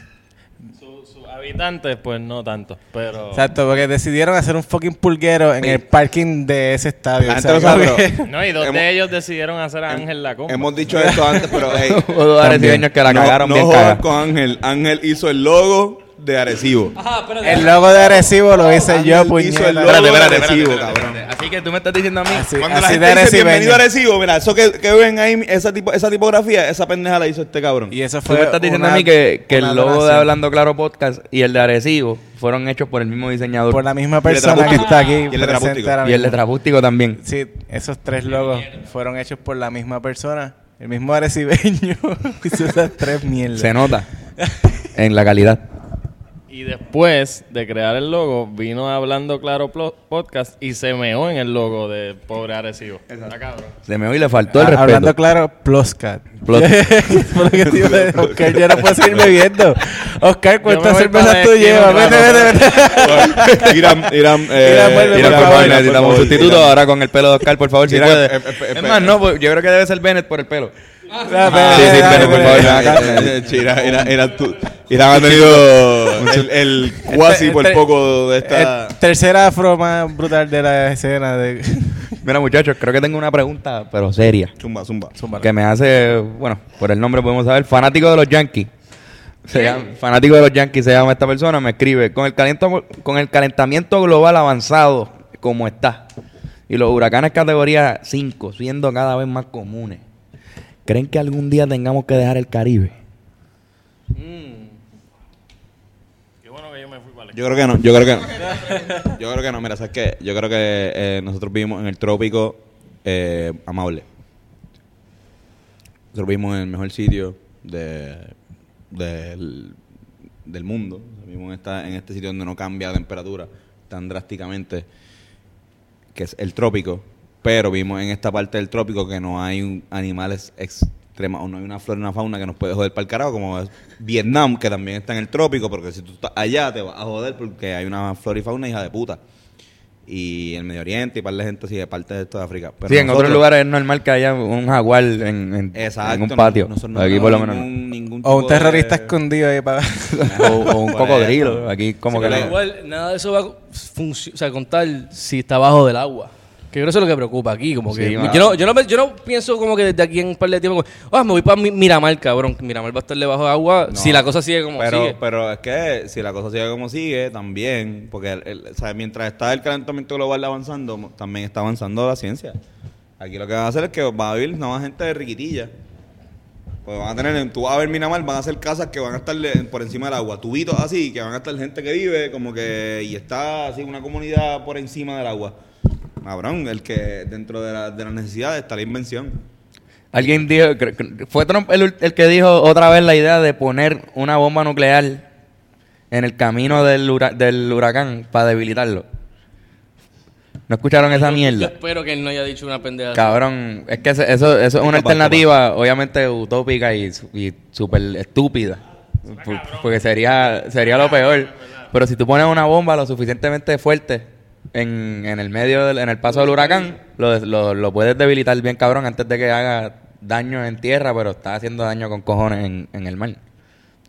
I: Sus sus habitantes, pues no tanto.
F: Oh.
I: Pero.
H: Exacto, porque decidieron hacer un fucking pulguero en el parking de ese estadio.
F: La gente
H: O sea,
F: lo sabe,
H: como que-
I: No, y dos
F: Hemos-
I: de ellos decidieron hacer a Ángel la compra.
A: (laughs)
F: Hemos dicho esto antes, pero hey,
A: (laughs) Hubo dos arecibeños que la
F: no,
A: cagaron
F: no
A: bien
F: jodan
A: caga.
F: con Ángel. Ángel hizo el logo de Arecibo.
C: Ah,
H: (laughs) El logo de Arecibo lo hice yo,
F: Ángel Ah, hizo el
H: puñeta.
F: logo de
A: espérate,
F: Arecibo,
A: espérate,
F: cabrón.
A: Así que tú me estás diciendo a mí.
H: Así,
F: Cuando
H: así
F: la
H: de
F: gente dice bienvenido
H: arecibeño.
F: a Arecibo, mira, eso que, que ven ahí, esa, tipo, esa tipografía, esa pendeja la hizo este cabrón.
H: Y eso
A: Tú
H: fue
A: me estás diciendo
H: una-
A: a mí que, que
H: una
A: el logo de
H: donación
A: Hablando Claro Podcast y el de Arecibo fueron hechos por el mismo diseñador.
H: por la misma
F: letra
H: persona que
F: acústica.
H: está aquí
F: Y el letra
H: presente
F: acústica.
H: ahora
A: y el de
H: mismo.
A: Trabústico también.
H: Sí, esos tres logos fueron hechos por la misma persona. El mismo arecibeño (laughs) hizo esas tres mierdas.
A: Se
H: (laughs)
A: nota en la calidad.
I: Y después de crear el logo, vino a hablando claro Plo- podcast y se meó en el logo de pobre Arecibo. Está cabrón.
A: Se me oí le faltó el
H: Ah,
A: respeto.
H: Hablando claro, Ploscat.
A: Plos-
H: (laughs) Por lo que te iba a decir, Oscar, ya no puedo seguir bebiendo. Oscar,
I: Yo
H: ¿cuántas
I: me voy
H: cervezas
I: para
H: tú
I: el esquina
H: llevas?
I: un rato.
H: Vete, vete,
F: (laughs)
H: vete.
F: Irán, Irán,
H: Irán, vuelve,
A: Mira,
H: por
A: por favor,
H: favor,
A: necesitamos un sustituto ahora con el pelo de Oscar, por favor, si
F: Mira,
A: puede.
F: eh, eh, eh,
A: es más, no, pues, yo creo que debe ser Bennett por el pelo.
H: Dale,
A: sí, sí,
H: dale,
A: pero por
H: dale,
A: favor,
H: dale.
A: acá.
F: Irán ha tenido el, el cuasi por
H: Este-
F: poco de esta.
A: este-
H: Eh, tercera afro más brutal de la escena de (laughs)
A: Mira, muchachos, creo que tengo una pregunta, pero seria.
F: Zumba, zumba.
A: Que me hace, bueno, por el nombre podemos saber, fanático de los Yankees. Se llama- fanático de los Yankees se llama esta persona, me escribe, con el, calento- con el calentamiento global avanzado como está y los huracanes categoría 5 siendo cada vez más comunes, ¿creen que algún día tengamos que dejar el Caribe?
I: Mm. Qué bueno que yo me fui para la
F: Yo creo que no, yo creo que no. Yo creo que no, mira, ¿sabes qué? Yo creo que eh, nosotros vivimos en el trópico eh, amable. Nosotros vivimos en el mejor sitio de, del, del mundo. Vivimos en, esta, en este sitio donde no cambia la temperatura tan drásticamente, que es el trópico. Pero vimos en esta parte del trópico que no hay un- animales extremos, o no hay una flora, una fauna que nos puede joder para el carajo, como es Vietnam, que también está en el trópico, porque si tú estás allá te vas a joder porque hay una flora y fauna hija de puta. Y el Medio Oriente y par de gente así de parte de toda África. Pero
A: sí, en otros
F: nosotros-
A: lugares es normal que haya un jaguar en, en-
F: Exacto,
A: en un patio.
F: no- nosotros no
A: Aquí por lo
F: tenemos
A: menos. no.
F: ningún- ningún
H: O un
F: tipo de-
H: terrorista escondido ahí para...
A: (laughs) O, o un
F: Por eso.
A: cocodrilo. Aquí como
F: Sí,
A: que
F: pero
A: no.
C: Igual, nada de eso va a funcio- o sea, contar si está bajo del agua. Que yo creo que eso es lo que preocupa aquí, como que...
A: Sí, mano.
C: yo, no, yo, no, me- yo no pienso como que desde aquí en un par de tiempo, como, ah, me voy para Miramar, cabrón, que Miramar va a estar debajo de agua
F: No.
C: si la cosa sigue como
F: pero,
C: sigue.
F: Pero es que si la cosa sigue como sigue, también, porque el- el- ¿sabes? mientras está el calentamiento global avanzando, mo- también está avanzando la ciencia. Aquí lo que van a hacer es que va a vivir nada más gente de riquitilla. Pues van a tener, tú vas a ver Minamar, van a hacer casas que van a estar le- por encima del agua, tubitos así, que van a estar gente que vive como que, y está así una comunidad por encima del agua. Cabrón, el que dentro de, la, de las necesidades está la invención.
A: Alguien dijo, cre- cre- fue Trump el, ul- el que dijo otra vez la idea de poner una bomba nuclear en el camino del, hura- del huracán para debilitarlo. ¿No escucharon esa
C: Yo
A: mierda?
C: espero que él no haya dicho una pendeja.
A: Cabrón, es que ese- eso, eso es una
F: Capaz,
A: alternativa obviamente utópica y, su- y súper estúpida. Por- porque sería, sería lo peor. Pero si tú pones una bomba lo suficientemente fuerte en, en el medio, del- en el paso del huracán, lo, des- lo- lo puedes debilitar bien cabrón antes de que haga daño en tierra, pero está haciendo daño con cojones en, en el mar.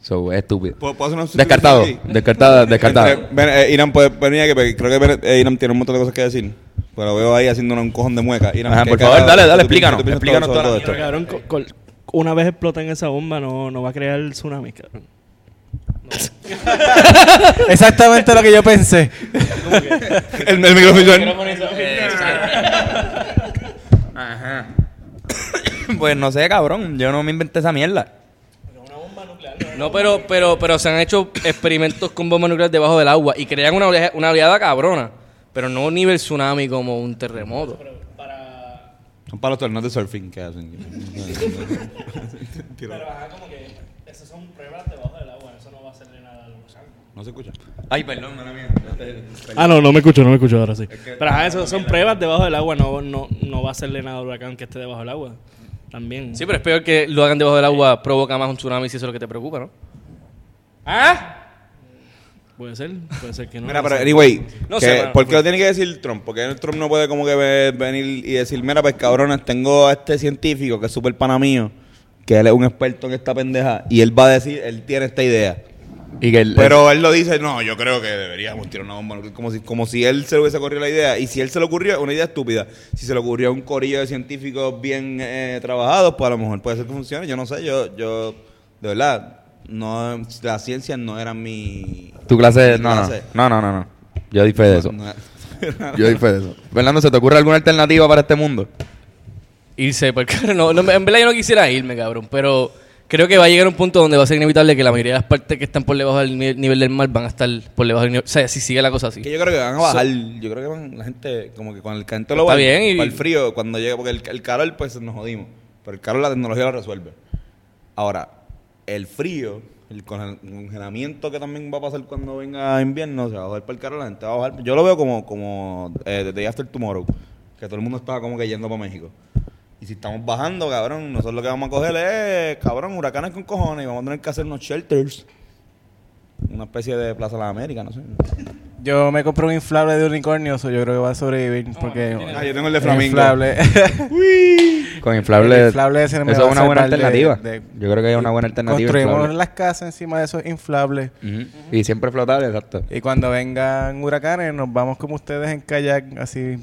A: So, es estúpido.
F: ¿Puedo- puedo hacer una sustitución
A: Descartado,
F: aquí?
A: descartado,
F: Entre-
A: descartado.
F: ven, eh, Irán, puede venir aquí, porque creo que ven- eh, Irán tiene un montón de cosas que decir. Pero lo veo ahí haciendo un cojón de mueca. Irán,
A: Ajá,
F: ¿qué
A: por
F: carajo
A: favor, dale,
F: tú
A: dale,
F: piensas-
A: explícanos,
F: tú piensas
A: explícanos
F: sobre
A: toda la
F: todo esto?
B: Cabrón, co- col- una vez explotan esa bomba, no, no va a crear el tsunami, cabrón.
H: Exactamente lo que yo pensé.
F: El, el micrófono.
A: eh,
F: (coughs)
A: Pues no sé, cabrón, yo no me inventé esa mierda.
C: No, pero, pero, pero se han hecho experimentos con bombas nucleares debajo del agua y crean una oleada, una oleada cabrona, pero no nivel tsunami como un terremoto.
F: Son para los torneos de surfing que hacen.
B: Esas son pruebas debajo del agua, Oh, eso no va a hacerle nada al huracán.
F: No se escucha.
A: Ay, perdón, mala mía.
B: Ah, no, no me escucho, no me escucho ahora sí. Pero ajá, eso son pruebas debajo del agua, no, no, no va a hacerle nada al huracán que esté debajo del agua. También.
C: Sí, pero es peor que lo hagan debajo del agua, provoca más un tsunami si eso es lo que te preocupa, ¿no? ¿Ah?
B: Puede ser, puede ser que no.
F: Mira,
B: no
F: pero
B: sé.
F: anyway,
C: No
F: que-
C: sé, mano.
F: ¿por qué lo tiene que decir Trump? Porque el Trump no puede como que ve- venir y decir, mira, pues cabrones, tengo a este científico que es súper pana mío, que él es un experto en esta pendeja, y él va a decir, él tiene esta idea.
A: Y que el-
F: Pero él lo dice, no, yo creo que deberíamos tirar una bomba nuclear", Como si, como si él se le hubiese ocurrido la idea. Y si él se le ocurrió, es una idea estúpida. Si se le ocurrió a un corillo de científicos bien eh, trabajados, pues a lo mejor puede ser que funcione. Yo no sé, yo, yo, de verdad, no, la ciencia no era mi...
A: Tu clase,
F: mi
A: no, no,
F: clase.
A: no, no, no, no. Yo difé de
F: (laughs)
A: eso.
F: No era-
A: Yo difé de eso. Fernando, ¿se te ocurre alguna alternativa para este mundo?
C: Irse, porque (laughs) no, no, en verdad yo no quisiera irme, cabrón, pero creo que va a llegar un punto donde va a ser inevitable que la mayoría de las partes que están por debajo del nivel, nivel del mar van a estar por debajo del nivel. O sea, si sigue la cosa así.
F: Que yo creo que van a bajar. yo creo que van la gente, como que con el calentón global,
C: Está bien, y-
F: para el frío, cuando llega, porque el, el calor, pues nos jodimos. Pero el calor la tecnología lo resuelve. Ahora, el frío, el conge- congelamiento que también va a pasar cuando venga invierno, se va a joder para el calor, la gente va a bajar. Yo lo veo como, como eh, The Day After Tomorrow, que todo el mundo estaba como que yendo para México. Y si estamos bajando, cabrón, nosotros lo que vamos a coger es, cabrón, huracanes con cojones y vamos a tener que hacer unos shelters. Una especie de Plaza de la América, no sé.
H: Yo me compré un inflable de unicornio, so yo creo que va a sobrevivir porque...
F: Ah, yo tengo el de
H: el
F: Flamingo.
H: inflable.
A: Con inflable.
H: El inflable ese me va
A: eso
H: a
A: es una buena
H: salvar de-
A: alternativa.
H: de-
A: yo creo que es una
H: (laughs)
A: buena alternativa.
H: Construimos
A: inflable.
H: las casas encima de esos inflables.
A: Ujú. Y siempre flotable, exacto.
H: Y cuando vengan huracanes, nos vamos como ustedes en kayak, así...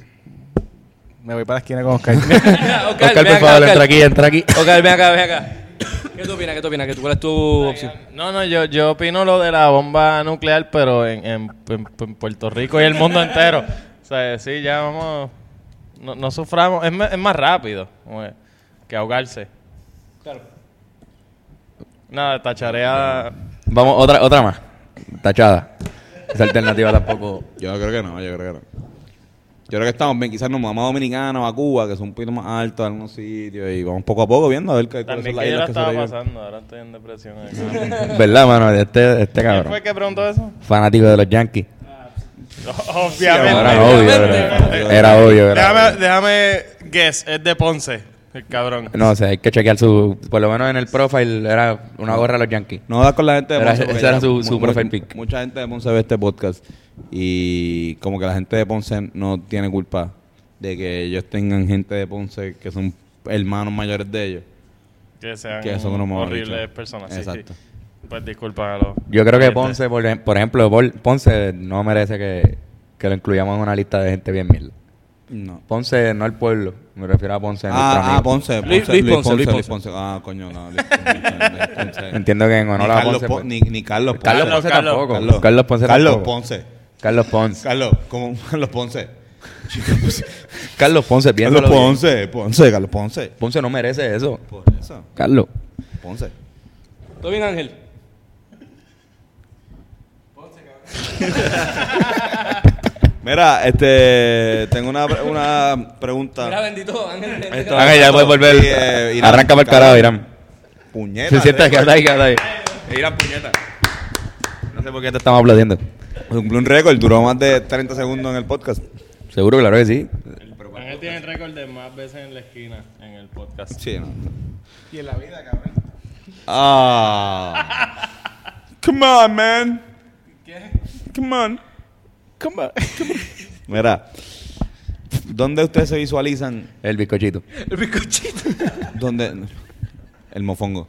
H: Me voy para la esquina con Oscar.
C: (laughs)
A: Oscar, por favor, entra aquí, entra aquí.
C: Oscar, ven acá, ven acá. (coughs) ¿Qué tú opinas? ¿Qué tú opinas? ¿Qué tú- ¿Cuál es tu opción?
I: No, no, yo, yo opino lo de la bomba nuclear, pero en, en- en- en Puerto Rico y el mundo entero. O sea, sí, ya vamos. No, no suframos. Es, me- es más rápido como que- que ahogarse. Claro. Nada, tacharea.
A: Vamos, otra, otra más. Tachada. Esa alternativa tampoco.
F: Yo creo que no, yo creo que no. Yo creo que estamos bien, quizás nos vamos a Dominicana o a Cuba, que son un poquito más altos en algunos sitios, y vamos poco a poco viendo a ver qué cuáles son
I: También
F: las
I: que yo la
F: islas que
I: estaba
F: sobreviven.
I: pasando, ahora estoy en (laughs) depresión. acá.
A: ¿Verdad, mano? Este, este
I: ¿Quién fue
A: cabrón.
I: el que preguntó eso?
A: Fanático de los Yankees.
H: Obviamente.
F: Era obvio, era, era obvio. era
H: Déjame,
F: obvio.
H: déjame guess, es de Ponce, el cabrón.
A: No sé, hay que chequear su. Por lo menos en el profile era una gorra de los Yankees.
F: No da con la gente de
A: Era-
F: Ponce. porque
A: ese era
F: ya
A: su-
F: mu-
A: su
F: mu-
A: profile pic.
F: Mucha gente de Ponce ve este podcast y como que la gente de Ponce no tiene culpa de que ellos tengan gente de Ponce que son hermanos mayores de ellos.
I: Que sean
F: Que eso no me lo han
I: horribles
F: dicho.
I: personas. sí,
F: Exacto.
I: sí. Pues disculpa a los.
A: Yo creo que
F: Este.
I: oyentes.
A: Ponce, por, ejem- por ejemplo, Pol- Ponce no merece que, que lo incluyamos en una lista de gente bien mierda.
F: No.
A: Ponce, no el pueblo. Me refiero a Ponce. nuestro
F: Ah, ah,
A: amigo.
F: Ponce,
B: Luis-
F: Ponce,
B: Luis
F: Luis
B: Ponce,
F: Ponce,
B: Luis
F: Luis Ponce. Ah, coño,
A: (laughs)
F: no. Luis Ponce.
A: Entiendo que en
F: Ni
A: honor a
F: Carlos,
A: Ponce.
F: Pon-
A: pues-
F: ni, ni Carlos Ponce.
A: Carlos Ponce
I: Carlos,
A: tampoco.
F: Carlos,
A: Carlos, Ponce
F: Carlos
A: tampoco.
F: Ponce.
A: Carlos Ponce.
F: Carlos, como (laughs) Carlos Ponce.
A: Carlos Ponce, piénsalo
F: Carlos
A: bien.
F: Ponce, Ponce, Carlos Ponce.
A: Ponce no merece eso.
F: Por eso,
A: Carlos.
F: Ponce.
B: ¿Todo bien, Ángel?
F: Mira, este, tengo una, pre- una pregunta.
B: Mira, bendito, Ángel.
F: Esto-
A: Ah, ya puedes volver.
F: Sí, eh, Irán,
A: Arranca para el carajo, Irán.
F: Puñeta.
A: Se sienta,
F: recuerda.
A: quédate ahí, quédate ahí. Irán, puñeta. No sé por qué te estamos aplaudiendo.
F: Cumplió un récord, duró más de 30 segundos en el podcast.
A: Seguro, claro que sí.
I: Ángel tiene el récord de más veces en la esquina en el podcast.
F: Sí, no.
H: Y en la vida, cabrón.
F: Ah. Come on, man. Come on.
H: ¿Cómo?
F: Mira, ¿dónde ustedes se visualizan?
A: El bizcochito.
B: El bizcochito.
F: ¿Dónde? El mofongo.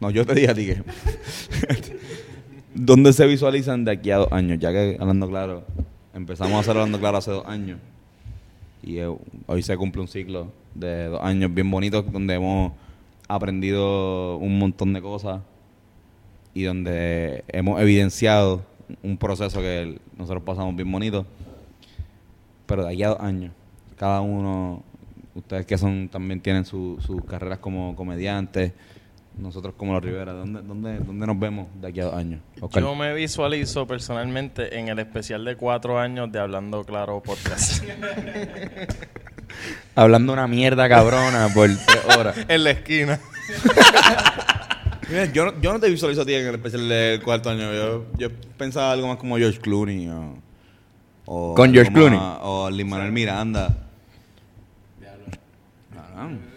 F: No, yo te dije a ti que. ¿Dónde se visualizan de aquí a dos años? Ya que hablando claro, empezamos a hacer hablando claro hace dos años. Y eh, hoy se cumple un ciclo de dos años bien bonitos donde hemos aprendido un montón de cosas y donde hemos evidenciado un proceso que el- nosotros pasamos bien bonito. Pero de aquí a dos años, cada uno, ustedes que son también tienen su- sus carreras como comediantes, nosotros como los Rivera, ¿dónde, dónde, dónde nos vemos de aquí a dos años? Oscar?
I: Yo me visualizo personalmente en el especial de cuatro años de Hablando Claro (laughs) Podcast.
A: Hablando una mierda cabrona por tres horas.
I: en la esquina.
F: Mira, yo, no- yo no te visualizo a ti en el especial del cuarto año. Yo, yo pensaba algo más como George Clooney. O, o
A: ¿Con
F: algo
A: George Clooney?
F: O Lin Manuel Miranda. (laughs) Cabrón.
A: (laughs)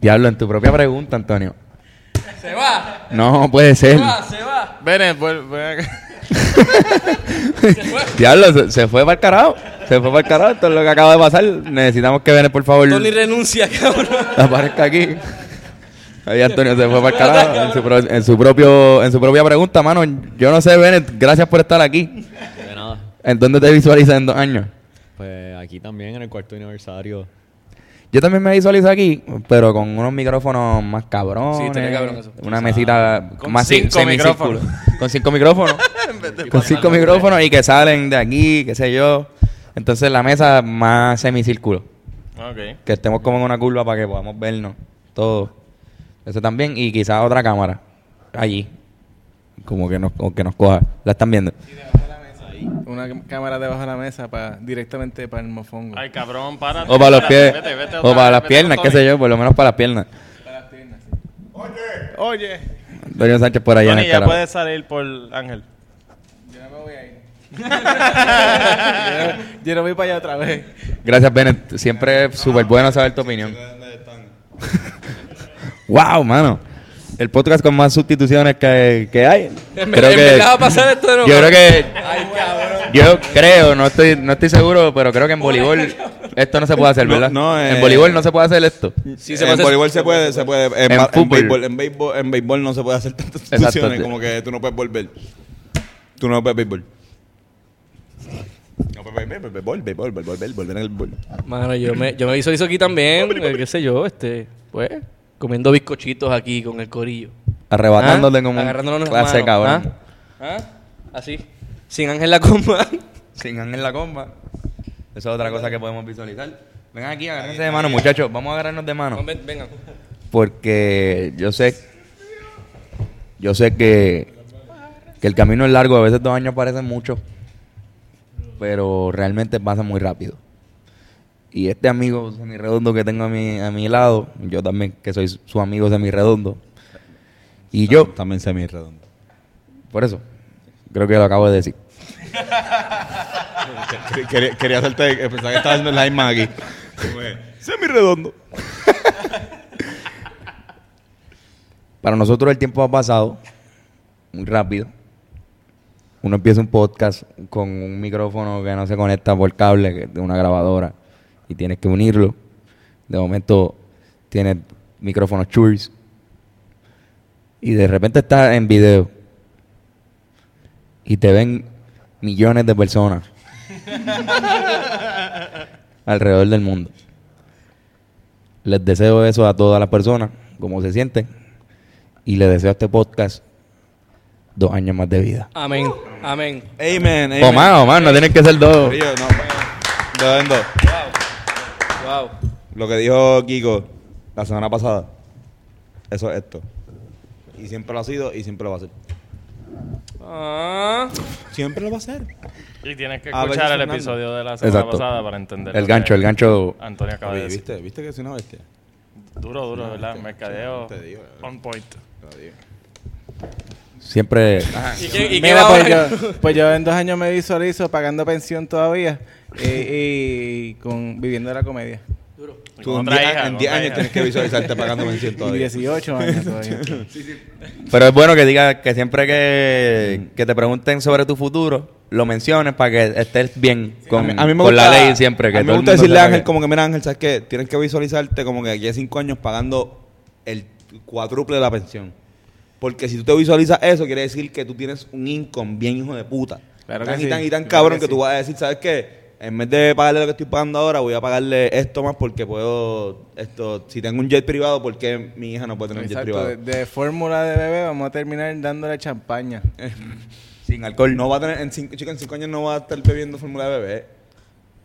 A: Diablo, en tu propia pregunta, Antonio.
B: Se va,
A: No, puede
B: se
A: ser.
B: va, se va.
I: Ven, vuelve acá.
A: Diablo, se, se fue para el carajo. Se fue para el carajo. Esto es lo que acaba de pasar. Necesitamos que Vene, por favor,
B: Tony renuncia, cabrón.
A: aparezca aquí. Ahí Antonio se fue para el carajo. En su, pro- en su propio, en su propia pregunta, mano. Yo no sé, Bennett, gracias por estar aquí.
G: De nada.
A: ¿En dónde te visualizas en dos años?
G: Pues aquí también en el cuarto aniversario.
A: Yo también me visualizo aquí, pero con unos micrófonos más cabrones.
B: Sí, estaría cabrón eso.
A: Una mesita
I: Con
A: más
I: cinco
A: semicírculo. Con cinco micrófonos. con cinco micrófonos y que salen de aquí, qué sé yo. Entonces la mesa más semicírculo.
I: Ok.
A: Que estemos como en una curva para que podamos vernos todos. Eso también. Y quizás otra cámara. Allí. Como que nos, como que nos coja. ¿La están viendo?
H: Una cam- cámara debajo de la mesa para directamente para el mofongo.
I: Ay, cabrón, para.
A: O para los pies.
I: Vete, vete
A: O
I: otra
A: para
I: vez,
A: las
I: vete
A: piernas,
I: con
A: qué
I: Tony.
A: sé yo. Por lo menos para las piernas.
H: Oye,
A: Antonio Sánchez por allá en
I: Tony,
A: el
I: ya
A: carajo.
I: puedes salir por Ángel.
H: yo no me voy a ir. (laughs) yo, yo no voy para allá otra vez.
A: Gracias, Bennett. Siempre es súper bueno saber tu opinión. (laughs) wow, mano. El podcast con más sustituciones que, que hay.
B: En
A: Creo
B: en
A: que-
B: verdad va a pasar esto de nuevo.
A: yo creo que.
B: Ay, cabrón.
A: Yo creo, no estoy, no estoy seguro, pero creo que en voleibol esto no se puede hacer,
F: No,
A: ¿verdad?
F: no, eh,
A: en voleibol no se puede hacer esto.
B: Sí, se
F: en
B: puede hacer-
F: voleibol se puede, se puede. En,
A: En
F: ba- en
A: fútbol.
F: béisbol, en béisbol, en béisbol no se puede hacer (laughs) tantas
A: Exacto.
F: situaciones como que tú no puedes volver. Tú no puedes béisbol. No pues, puedes béisbol, béisbol, béisbol, béisbol, béisbol, volver en el béisbol.
B: Mano, yo me, yo me visualizo aquí también, eh, qué sé yo, este, pues, comiendo bizcochitos aquí con el corillo.
A: Arrebatándote
B: ¿Ah?
A: como
B: Agarrándonos
A: un
B: las
A: clase
B: manos,
A: cabrón.
B: ¿Ah? ¿Ah? Así. Sin Ángel la comba.
A: Sin en la comba. Esa es otra cosa que podemos visualizar. Vengan aquí, agárrense de mano, muchachos. Vamos a agarrarnos de mano.
B: Ven- Venga.
A: porque yo sé yo sé que que el camino es largo a veces dos años parecen mucho pero realmente pasa muy rápido y este amigo semiredondo que tengo a mi, a mi lado yo también que soy su amigo semiredondo Y yo,
F: También semi-redondo.
A: por eso, creo que lo acabo de decir.
F: Quería, quería hacerte. eh, Pensaba que estaba haciendo la misma aquí. semi-redondo.
A: Para nosotros el tiempo ha pasado muy rápido. Uno empieza un podcast con un micrófono que no se conecta por cable que es de una grabadora y tienes que unirlo. De momento tienes micrófonos churs y de repente estás en video y te ven millones de personas alrededor del mundo. Les deseo eso a todas las personas, como se sienten, y les deseo a este podcast dos años más de vida.
C: Amén, amén.
F: Amen, amen.
A: O más, o más, no tienen que ser dos.
F: Corillo, no, de dos en dos.
C: Wow.
F: Lo que dijo Kiko la semana pasada. Eso es esto. Y siempre lo ha sido y siempre lo va a ser.
C: Ah.
F: Siempre lo va a ser.
I: Y tienes que
F: A ver,
I: escuchar el
F: Fernando.
I: episodio de la semana
A: Exacto.
I: pasada para entender.
A: El
I: lo que
A: gancho, el gancho.
I: Antonio acaba de
F: Oye,
I: decir.
F: ¿viste? ¿Viste que soy una bestia?
I: Duro, duro, ¿verdad? Mercadeo
F: te digo, eh.
I: on point.
A: Siempre.
C: ¿Y qué, y qué
H: Mira,
C: va
H: pues
C: ahora?
H: yo, pues yo en dos años me visualizo pagando pensión todavía y,
C: (laughs)
H: y con, viviendo de la comedia.
F: Tú en
I: Otra
F: 10
I: hija, otra
F: años
I: hija.
F: tienes que visualizarte pagando mención
H: Y
F: todavía. (laughs)
H: 18 años todavía.
A: Pero es bueno que digas que siempre que, que te pregunten sobre tu futuro, lo menciones para que estés bien con, con la ley siempre. Que
F: a mí me
A: todo el mundo
F: gusta decirle a
A: sepa
F: Ángel
A: que-
F: como que, mira Ángel, ¿sabes qué? Tienes que visualizarte como que aquí a 5 años pagando el cuádruple de la pensión. Porque si tú te visualizas eso, quiere decir que tú tienes un income bien hijo de puta.
H: Claro
F: tan
H: que
F: y tan
H: sí.
F: y tan
H: Claro
F: cabrón
H: que
F: que, tú
H: sí.
F: vas a decir, ¿sabes qué? En vez de pagarle lo que estoy pagando ahora, voy a pagarle esto más porque puedo, esto, si tengo un jet privado, ¿por qué mi hija no puede tener un jet
H: Exacto,
F: privado?
H: de, de fórmula de bebé vamos a terminar dándole champaña.
F: Sin alcohol. No va a tener, en cinco, chico, en cinco años no va a estar bebiendo fórmula de bebé.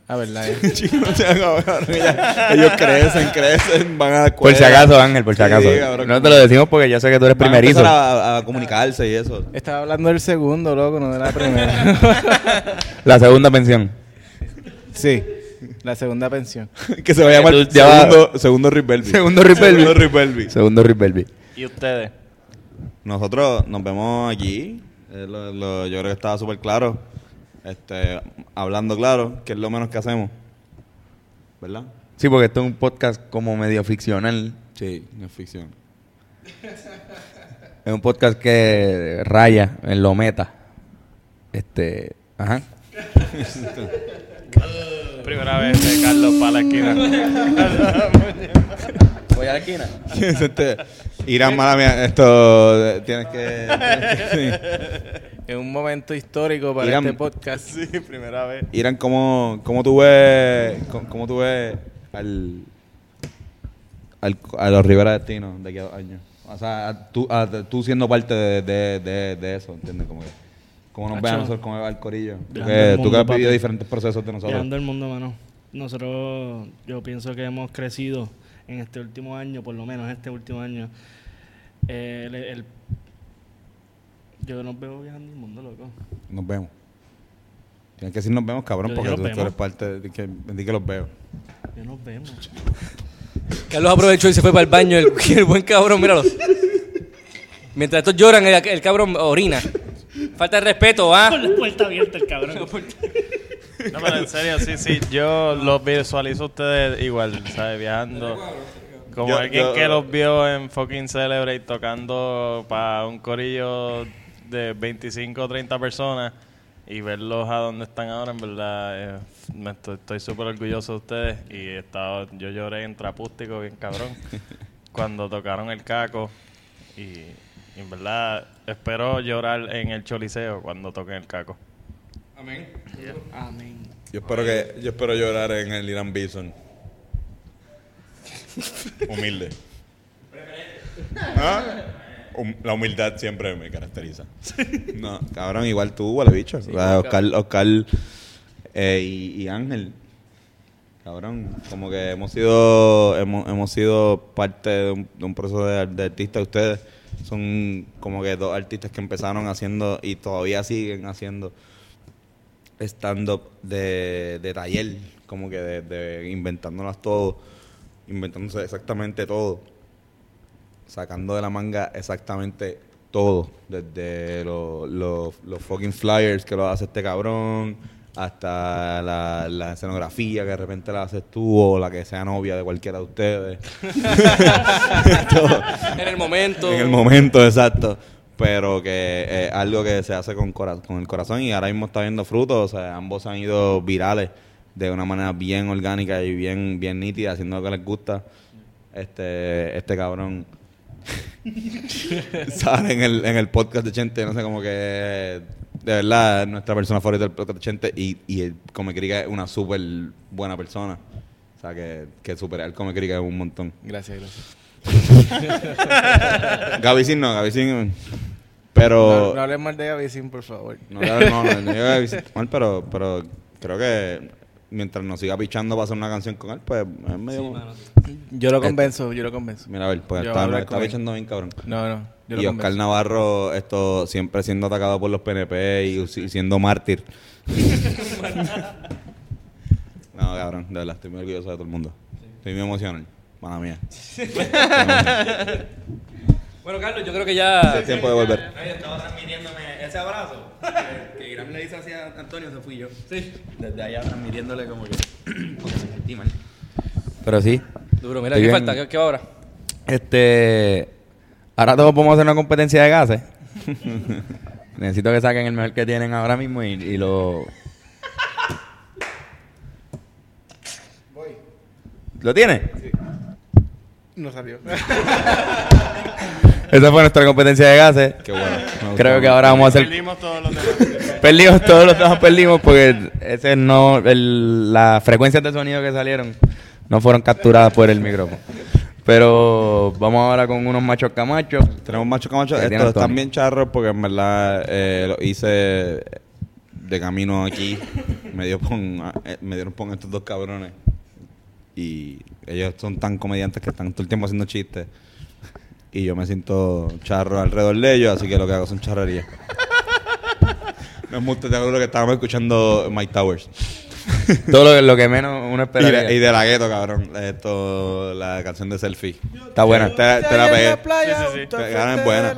H: A
C: (laughs)
F: (laughs)
H: verdad. eh.
F: Chico, no se hagan cabrón, ya. Ellos crecen, crecen, van a la
A: Por
F: escuela.
A: si acaso, Ángel, por si
F: Sí,
A: acaso.
F: cabrón.
A: no te lo decimos porque yo sé que tú eres
F: Van a
A: primerizo.
F: empezar A, a comunicarse y eso.
H: Estaba hablando del segundo, loco, no de la primera.
F: (laughs)
A: La segunda pensión.
H: sí, la segunda pensión.
F: que se va a llamar
A: Tú ya vas-
F: segundo, segundo Rick Belby.
A: Segundo Rick Belby.
F: Segundo Rick Belby.
A: Segundo Rick Belby.
I: (laughs) ¿Y ustedes?
F: Nosotros nos vemos aquí. Eh, lo- lo- yo creo que estaba súper claro. Este, hablando claro, que es lo menos que hacemos. ¿Verdad?
A: Sí, porque esto es un podcast como medio ficcional.
F: Sí, no es ficción.
A: Es un podcast que raya en lo meta. Este. Ajá.
I: Primera vez de Carlos para la
B: (laughs)
I: esquina.
A: Voy a la esquina.
F: (laughs) este, Irán, mala mía, esto eh,
A: (laughs)
F: tienes que...
H: Es un momento histórico para
F: Irán.
H: este podcast. Sí, primera vez.
F: Irán, ¿cómo, cómo tú ves, cómo, cómo tú ves al, al- a los Rivera Destino de aquí a dos años? O sea, a tú, a- de- tú siendo parte de, de- de- de eso, ¿entiendes? Como que, ¿Cómo nos ves a
B: Acho.
F: nosotros, cómo ves al corillo? Tú
B: Viajando
F: que,
B: el
F: tú
B: mundo,
F: que has vivido
B: papi.
F: diferentes procesos de nosotros.
B: Viajando el mundo, mano. Nosotros, yo pienso que hemos crecido en este último año, por lo menos este último año. Eh, el- el- yo nos veo viajando el mundo, loco.
F: Nos vemos. Tienes que decir nos vemos, cabrón,
B: Yo
F: porque
B: digo,
F: tú,
B: "Nos
F: tú
B: vemos".
F: eres parte de que, de que los veo.
B: Ya nos vemos.
C: Carlos aprovechó y se fue para el baño. El, (laughs) el buen cabrón, míralo. Mientras estos lloran, el, el cabrón orina. Falta de respeto,
B: Con
C: ¿ah?
B: la puerta abierta, el cabrón.
I: No, pero en serio, sí, sí. Yo los visualizo a ustedes igual, ¿sabes? Viajando. Como
F: Yo-
I: alguien
F: yo-
I: que los vio en fucking Celebrate tocando para un corillo de 25 o 30 personas y verlos a donde están ahora, en verdad, eh, me estoy estoy súper orgulloso de ustedes. Y he estado, yo lloré en Trapústico, bien
F: (laughs)
I: cabrón, cuando tocaron el caco. Y, y en verdad, espero llorar en el Choliseo cuando toquen el caco.
F: Yo espero, que, yo espero llorar en el Irán Bison. Humilde. ¿Ah? Hum- la humildad siempre me caracteriza. No, cabrón, igual tú, vale bicho. O sea, Oscar, Oscar eh, y, y Ángel. Cabrón, como que hemos sido, hemos, hemos sido parte de un, de un proceso de, de artistas. Ustedes son como que dos artistas que empezaron haciendo y todavía siguen haciendo stand-up de, de taller, como que de, de inventándolas todo, inventándose exactamente todo. sacando de la manga exactamente todo, desde los los- los fucking flyers que lo hace este cabrón, hasta la, la escenografía que de repente la haces tú o la que sea novia de cualquiera de ustedes. Todo.
C: En el momento.
F: En el momento, (laughs) exacto. Pero que es algo que se hace con, cora- con el corazón y ahora mismo está viendo frutos. O sea, ambos han ido virales de una manera bien orgánica y bien, bien nítida, haciendo lo que les gusta. Este, este cabrón (laughs) sale en el, en el podcast de Chente, no sé, como que de verdad es nuestra persona favorita del podcast de Chente y, y el Come Crica es una súper buena persona. O sea, que, que superar el Come Crica es un montón.
H: Gracias, gracias.
F: Gaby Sin no, Gaby Sin. Pero.
H: No, no hables mal de Gavisin, por favor.
F: No, claro, no, no, no llega a visitar mal, pero, pero creo que mientras nos siga pichando para hacer una canción con él, pues es medio.
H: Yo
F: Este-
H: lo convenzo, yo lo convenzo.
F: Mira, a ver, pues
H: Yo
F: está,
H: hablar
F: está
H: con él.
F: pichando bien, cabrón.
H: No, no. Yo
F: y
H: lo
F: Oscar
H: convenzo.
F: Navarro, esto siempre siendo atacado por los PNP y, usi- siendo mártir. no, cabrón, de verdad, estoy muy orgulloso de todo el mundo. Estoy muy emocional. Mala mía.
C: Bueno, Carlos, yo creo que ya.
F: Es tiempo de volver.
A: Estaba transmitiéndome ese abrazo que Irán le hizo hacia Antonio, se fui yo. Sí. Desde allá transmitiéndole como que. porque se sentí mal. Pero sí.
C: Duro, mira,
A: Estoy
C: ¿qué
A: bien.
C: falta? ¿Qué, qué va ahora?
A: Este. Ahora todos podemos hacer una competencia de gases. Necesito que saquen el mejor que tienen ahora mismo y, y lo. ¿Lo tiene?
H: No salió.
A: (laughs) Esa fue nuestra competencia de gases.
F: Qué bueno. Me gusta
A: Creo que
F: mucho.
A: ahora vamos a hacer
I: Perdimos todos los demás.
A: Perdimos todos los demás perdimos porque ese no el- las frecuencias de sonido que salieron no fueron capturadas por el micrófono. Pero vamos ahora con unos machos camachos.
F: Tenemos macho camacho.
A: Que tiene
F: Estos están
A: Antonio.
F: bien charros porque en verdad eh, lo hice de camino aquí. me, dio pon, eh, me dieron pon estos dos cabrones. Y ellos son tan comediantes que están todo el tiempo haciendo chistes. Y yo me siento charro alrededor de ellos, así que lo que hago son
A: (laughs)
F: charrerías. No es mucho, te aseguro que estábamos escuchando Mike Towers.
A: Todo lo, lo que menos uno
F: Y
A: esperaría.
F: de, y de la gueto, cabrón. Esto, la canción de selfie.
A: Está buena.
F: Te, te la pegué.
I: Sí, sí, sí.
F: Te- Ganan, es buena.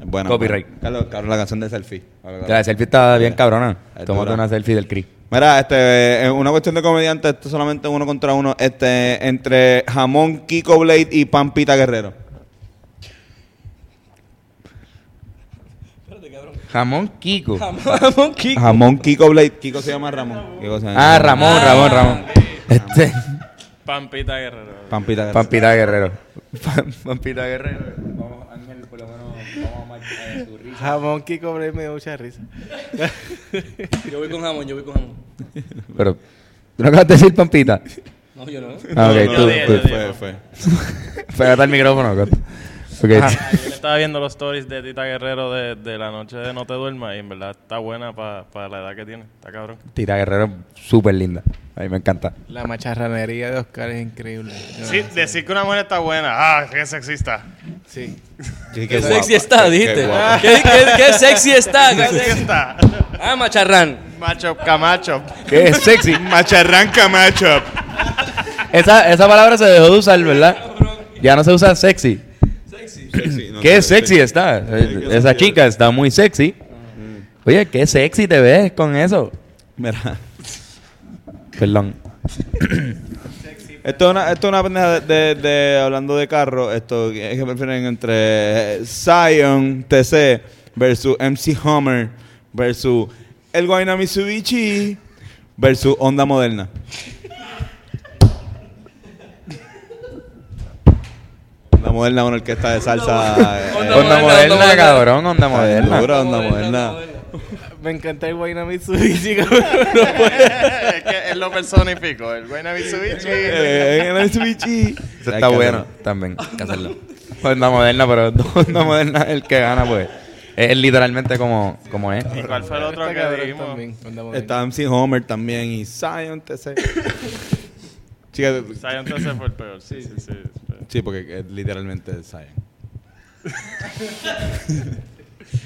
F: Es buena.
A: Copyright.
F: buena. Carlos, Carlos, la canción de selfie. Ahora,
A: La selfie está bien cabrona.
F: Es
A: Tómate
F: dura.
A: una selfie del Cri.
F: Mira, este, es una cuestión de comediante, esto es solamente uno contra uno, este, entre Jamón Kiko Blade y Pampita Guerrero.
A: Jamón Kiko.
C: Jamón Kiko.
F: Jamón Kiko Blade, Kiko se llama Ramón. Kiko se llama
A: Ah, Ramón, Ramón, Ramón. Este,
I: Pampita Guerrero.
F: Pampita Guerrero.
A: Pampita Guerrero. Pam- Pampita Guerrero. Vamos, Ángel, por lo menos vamos a marcar su risa.
H: Jamón Kiko Blade me dio mucha risa.
C: Yo voy con jamón, yo voy con jamón.
A: Pero, ¿tú no acabas de decir (laughs) Pampita?
C: No, yo no.
A: Ah, ok,
F: No, no,
A: tú,
F: no,
A: tú.
F: fue, fue, fue.
A: Pégate al micrófono. Coto. Ok.
I: Ajá, yo estaba viendo los stories de Tita Guerrero de, de la noche de No Te Duermas y en verdad está buena para la edad que tiene. Está cabrón.
A: Tita Guerrero es súper linda. A mí me (laughs) encanta.
H: La macharranería de Oscar es increíble. Yo
I: Sí,
H: no sé.
I: decir que una mujer está buena. Ah, qué (laughs) sexista.
H: Sí.
F: Sí, qué
C: Qué
F: guapa,
C: sexy está,
F: qué- qué
C: dijiste.
F: guapa.
C: Qué, qué- qué sexy está. qué sexy.
I: Sexista.
C: Ah, macharrán.
I: Macho Camacho.
A: Que es sexy.
I: Macharrán (laughs) Camacho.
A: Esa, esa palabra se dejó de usar, ¿verdad? Ya no se usa sexy. (clears throat)
F: Sexy, no
A: Qué
F: sé,
A: sexy está. Eh,
F: qué
A: Esa
F: sexy
A: chica está muy sexy. Oye, qué sexy te ves con eso.
F: Mira,
A: Perdón.
F: esto es una, esto es una pendeja de, de- de- hablando de carro, esto es que prefieren entre eh, Zion TC versus MC Hummer versus el Guayna Mitsubishi versus Honda Moderna. Honda Moderna, una orquesta de salsa. eh,
C: Honda
A: Onda
C: moderna,
A: moderna,
C: onda
A: cabrón. Onda moderna.
F: Dura, Honda Moderna.
H: Me encanta el Guayna Mitsubishi, cabrón.
I: es que él lo personificó. El güey Mitsubishi.
F: Eh, el Mitsubishi.
A: Eso está bueno también. Hay que hacerlo. Onda moderna, pero (laughs) onda moderna es el que gana, pues. Es literalmente como, como es.
I: ¿Y cuál fue el otro
H: eh. Está
I: que
H: cabrón
I: dijimos?
H: también, Onda Moderna.
F: Está MC Homer también y Zion TC. Chica,
I: Zion entonces fue el peor. Sí, sí, sí.
F: sí, porque es literalmente Zion.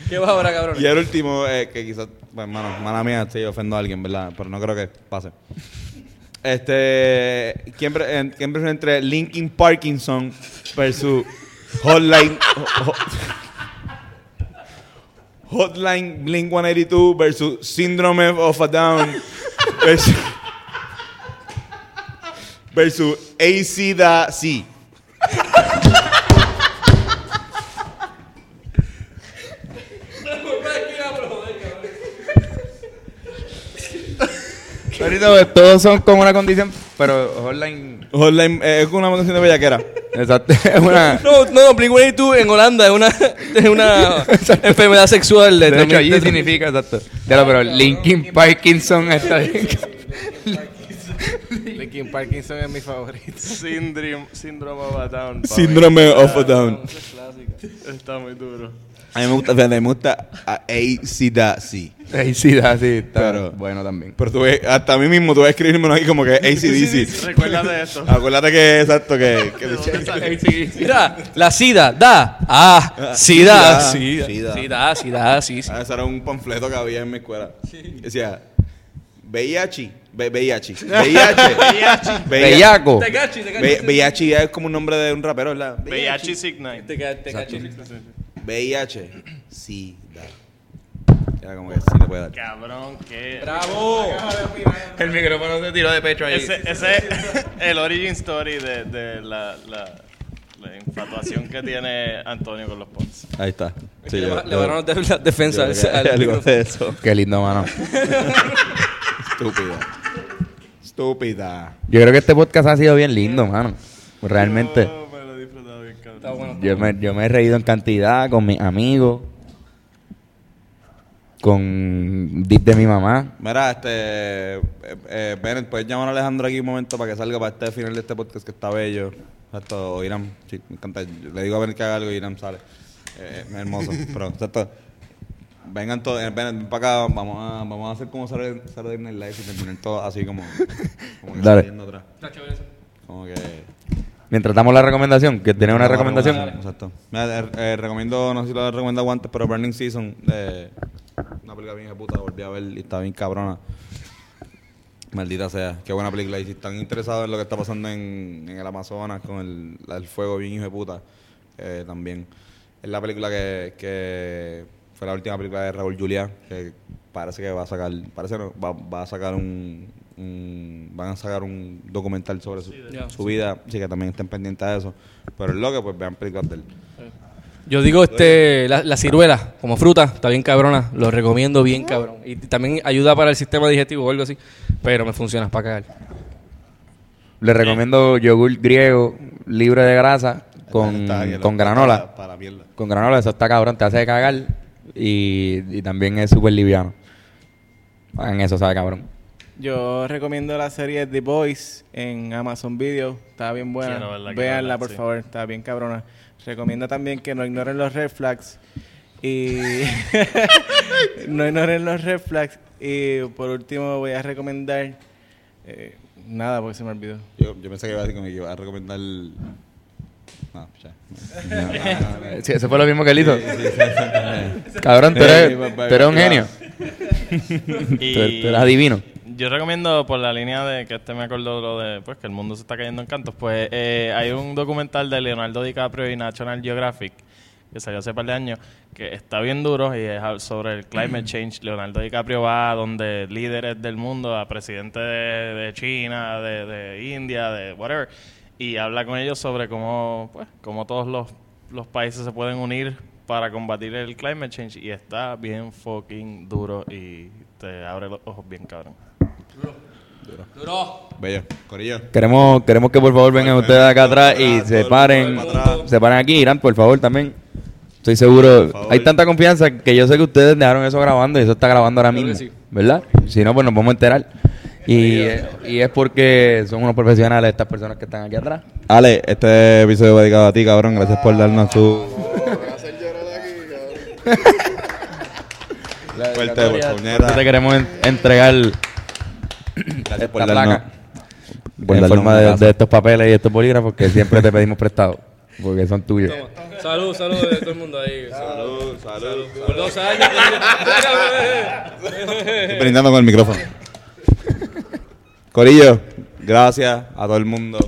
C: ¿Qué vas ahora, cabrón?
F: Y el último, eh, que quizás, bueno, hermano, mala mía, estoy ofendo a alguien, ¿verdad? Pero no creo que pase. Este, ¿quién, pre- en- quién prefiere entre Linkin Parkinson versus Hotline. ho- ho- Hotline Blink 182 versus Syndrome of a Down versus, versus AC Da C.
A: Ahorita pues, todos son con una condición, pero online.
F: Hotline eh, es una canción de bellaquera.
A: Exacto. (laughs) Es una.
C: No, no, no, Blink-182 en Holanda es una, (laughs) es una enfermedad sexual.
A: De hecho, allí significa, exacto. Ya lo, pero Linkin Parkinson está bien.
H: Linkin Parkinson es mi favorito.
I: Syndrome, síndrome of a Down. papi.
F: Síndrome of a Down.
I: Está muy duro.
F: A mí me gusta, fíjate, me gusta ah, a AC Da C.
A: (laughs) Ahí sí, así está.
F: Pero-
A: bueno, también.
F: Pero tú ves, hasta a mí mismo tú vas a escribirme aquí como que ACDC.
I: Recuérdate esto.
F: Acuérdate que exacto, que.
C: (laughs)
F: que
C: Mira, la sida, da, ah, sida,
F: sida,
C: sida,
F: sida.
C: sida, sida, sida, sí, sí.
F: Ah, ese era un panfleto que había en mi escuela. Decía, VIH, ve-
C: (laughs)
F: VIH, VIH, VIH,
A: Bellaco.
C: cachi, te
F: Ve- VIH es como un nombre de un rapero, ¿verdad?
I: VIH Signite.
C: Te cachi.
F: VIH, sí, da. Era como que sí le puede dar.
I: Cabrón, qué.
C: Bravo.
A: El micrófono se tiró de pecho
I: Ese, ese es el origin story de, de la, la, la infatuación que tiene Antonio con los Pons.
F: Ahí está. Sí,
C: Le
F: yo-
C: ba- le
F: yo-
C: bajaron de- la defensa
F: yo-
C: al- al
F: (laughs) algo
C: micrófono.
F: de eso.
A: Qué lindo, mano.
F: Estúpida. Estúpida.
A: Yo creo que este podcast ha sido bien lindo, mano. Realmente.
I: No, me lo he disfrutado bien, cabrón.
C: Está bueno.
A: Yo me, yo me he reído en cantidad con mis amigos. Con Dip de mi mamá.
F: Mira, este. eh, eh, Bennett, puedes llamar a Alejandro aquí un momento para que salga para este final de este podcast que está bello. Exacto, o Irán. Sí, me encanta. Le digo a Bennett que haga algo y Irán sale. Eh, eh, hermoso. Pero, exacto. Vengan todos, eh, Bennett, ven para acá. Vamos a, vamos a hacer como Saturday Saturday Night Live y terminar todo así como. Como que
A: Dale.
F: saliendo atrás. Como que.
A: Mientras damos la recomendación, que tiene una
F: Vamos a
A: recomendación.
F: recomendar, Exacto. Mira, eh, eh, recomiendo, no sé si lo he recomendado antes, pero Burning Season. Eh, una película bien hija de puta, volví a ver y está bien cabrona. Maldita sea, qué buena película. Y si están interesados en lo que está pasando en, en el Amazonas con el, la- el fuego bien hijo de puta, eh, también. Es la película que, que fue la última película de Raúl Juliá, que parece que va a sacar, parece no, va, va a sacar un, un- van a sacar un documental sobre su,
C: Ya.
F: su vida, así que también estén pendientes de eso. Pero es lo que pues vean películas de él.
C: Yo digo este la, la ciruela como fruta, está bien cabrona, lo recomiendo bien cabrón. Y también ayuda para el sistema digestivo o algo así, pero me funciona para cagar.
A: Le recomiendo yogur griego, libre de grasa, con,
F: Está bien,
A: con
F: para-
A: granola.
F: Para, la mierda.
A: Con granola, eso está cabrón, te hace cagar y, y también es súper liviano. En eso sabe cabrón.
H: Yo recomiendo la serie The Boys en Amazon Video. Está bien buena.
I: Quiero verla, quiero
H: Véanla,
I: verla,
H: por
I: sí.
H: favor. Está bien cabrona. Recomiendo también que no ignoren los red flags. Y. (laughs) no ignoren los red flags. Y por último, voy a recomendar. eh, nada, porque se me olvidó.
F: Yo, yo pensé que iba a decir como que iba a recomendar. Ah, No, ya.
A: (laughs) Sí, eso fue lo mismo que él hizo. (laughs) Cabrón, tú eres,
F: pues,
A: tú eres un genio. Tú eres, tú eres adivino.
I: Yo recomiendo por la línea de que este me acordó lo de pues que el mundo se está cayendo en cantos, pues eh, hay un documental de Leonardo DiCaprio y National Geographic que salió hace par de años que está bien duro y es al- sobre el climate change. Leonardo DiCaprio va a donde líderes del mundo, a presidentes de, de China, de, de India, de whatever, y habla con ellos sobre cómo pues cómo todos los los países se pueden unir para combatir el climate change y está bien fucking duro y te abre los ojos bien cabrón.
F: Bello. Corillo.
A: Queremos, queremos que por favor vengan ustedes acá atrás y se paren.
F: Para atrás.
A: Se paran aquí, Irán, por favor, también. Estoy seguro.
F: favor.
A: Hay tanta confianza que yo sé que ustedes dejaron eso grabando y eso está grabando ahora
C: Claro que
A: mismo.
C: sí.
A: ¿Verdad? Si no, pues nos vamos a enterar. Y, y es porque son unos profesionales estas personas que están aquí atrás.
F: Ale, este episodio va dedicado a ti, cabrón. Gracias por darnos tu. Fuerte, por
A: Te
F: puñera.
A: queremos en- entregar
F: Gracias
A: esta
F: por darnos.
A: placa
F: por
A: en
F: darnos
A: forma
F: un
A: de,
F: abrazo.
A: de estos papeles y estos bolígrafos que siempre te pedimos prestado porque son tuyos.
C: Salud, salud de todo el mundo ahí.
F: (laughs) Salud, salud.
C: Por dos años.
F: Estoy brindando con el micrófono. Corillo, gracias a todo el mundo.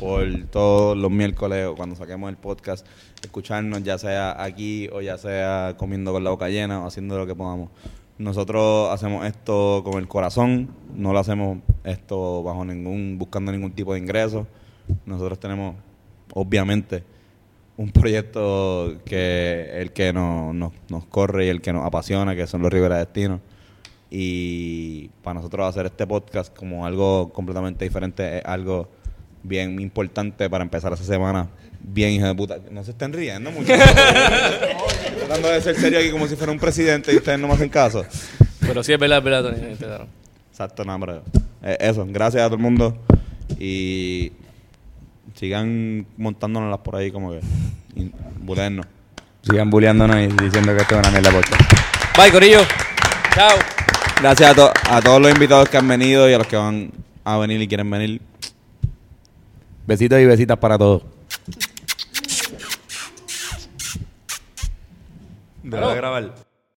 F: por todos los miércoles o cuando saquemos el podcast, escucharnos, ya sea aquí o ya sea comiendo con la boca llena o haciendo lo que podamos. Nosotros hacemos esto con el corazón, no lo hacemos esto bajo ningún, buscando ningún tipo de ingreso. Nosotros tenemos, obviamente, un proyecto que el que nos, nos, nos corre y el que nos apasiona, que son los Rivera Destino. Y para nosotros hacer este podcast como algo completamente diferente es algo bien importante para empezar esa semana. Bien, hija de puta. No se estén riendo mucho. (laughs) Tratando de ser serio aquí como si fuera un presidente y ustedes no me hacen caso.
C: Pero sí es verdad, es verdad, Tony. empezaron.
F: Exacto, no, hombre. Eh, eso, gracias a todo el mundo. Y sigan montándonos por ahí como que. y bulearnos.
A: Sigan bulleándonos y diciendo que esto es una mierda podcast.
C: Bye, Corillo. Chao.
F: Gracias a, to- a todos los invitados que han venido y a los que van a venir y quieren venir.
A: Besitos y besitas para todos.
C: Dale a
A: grabar.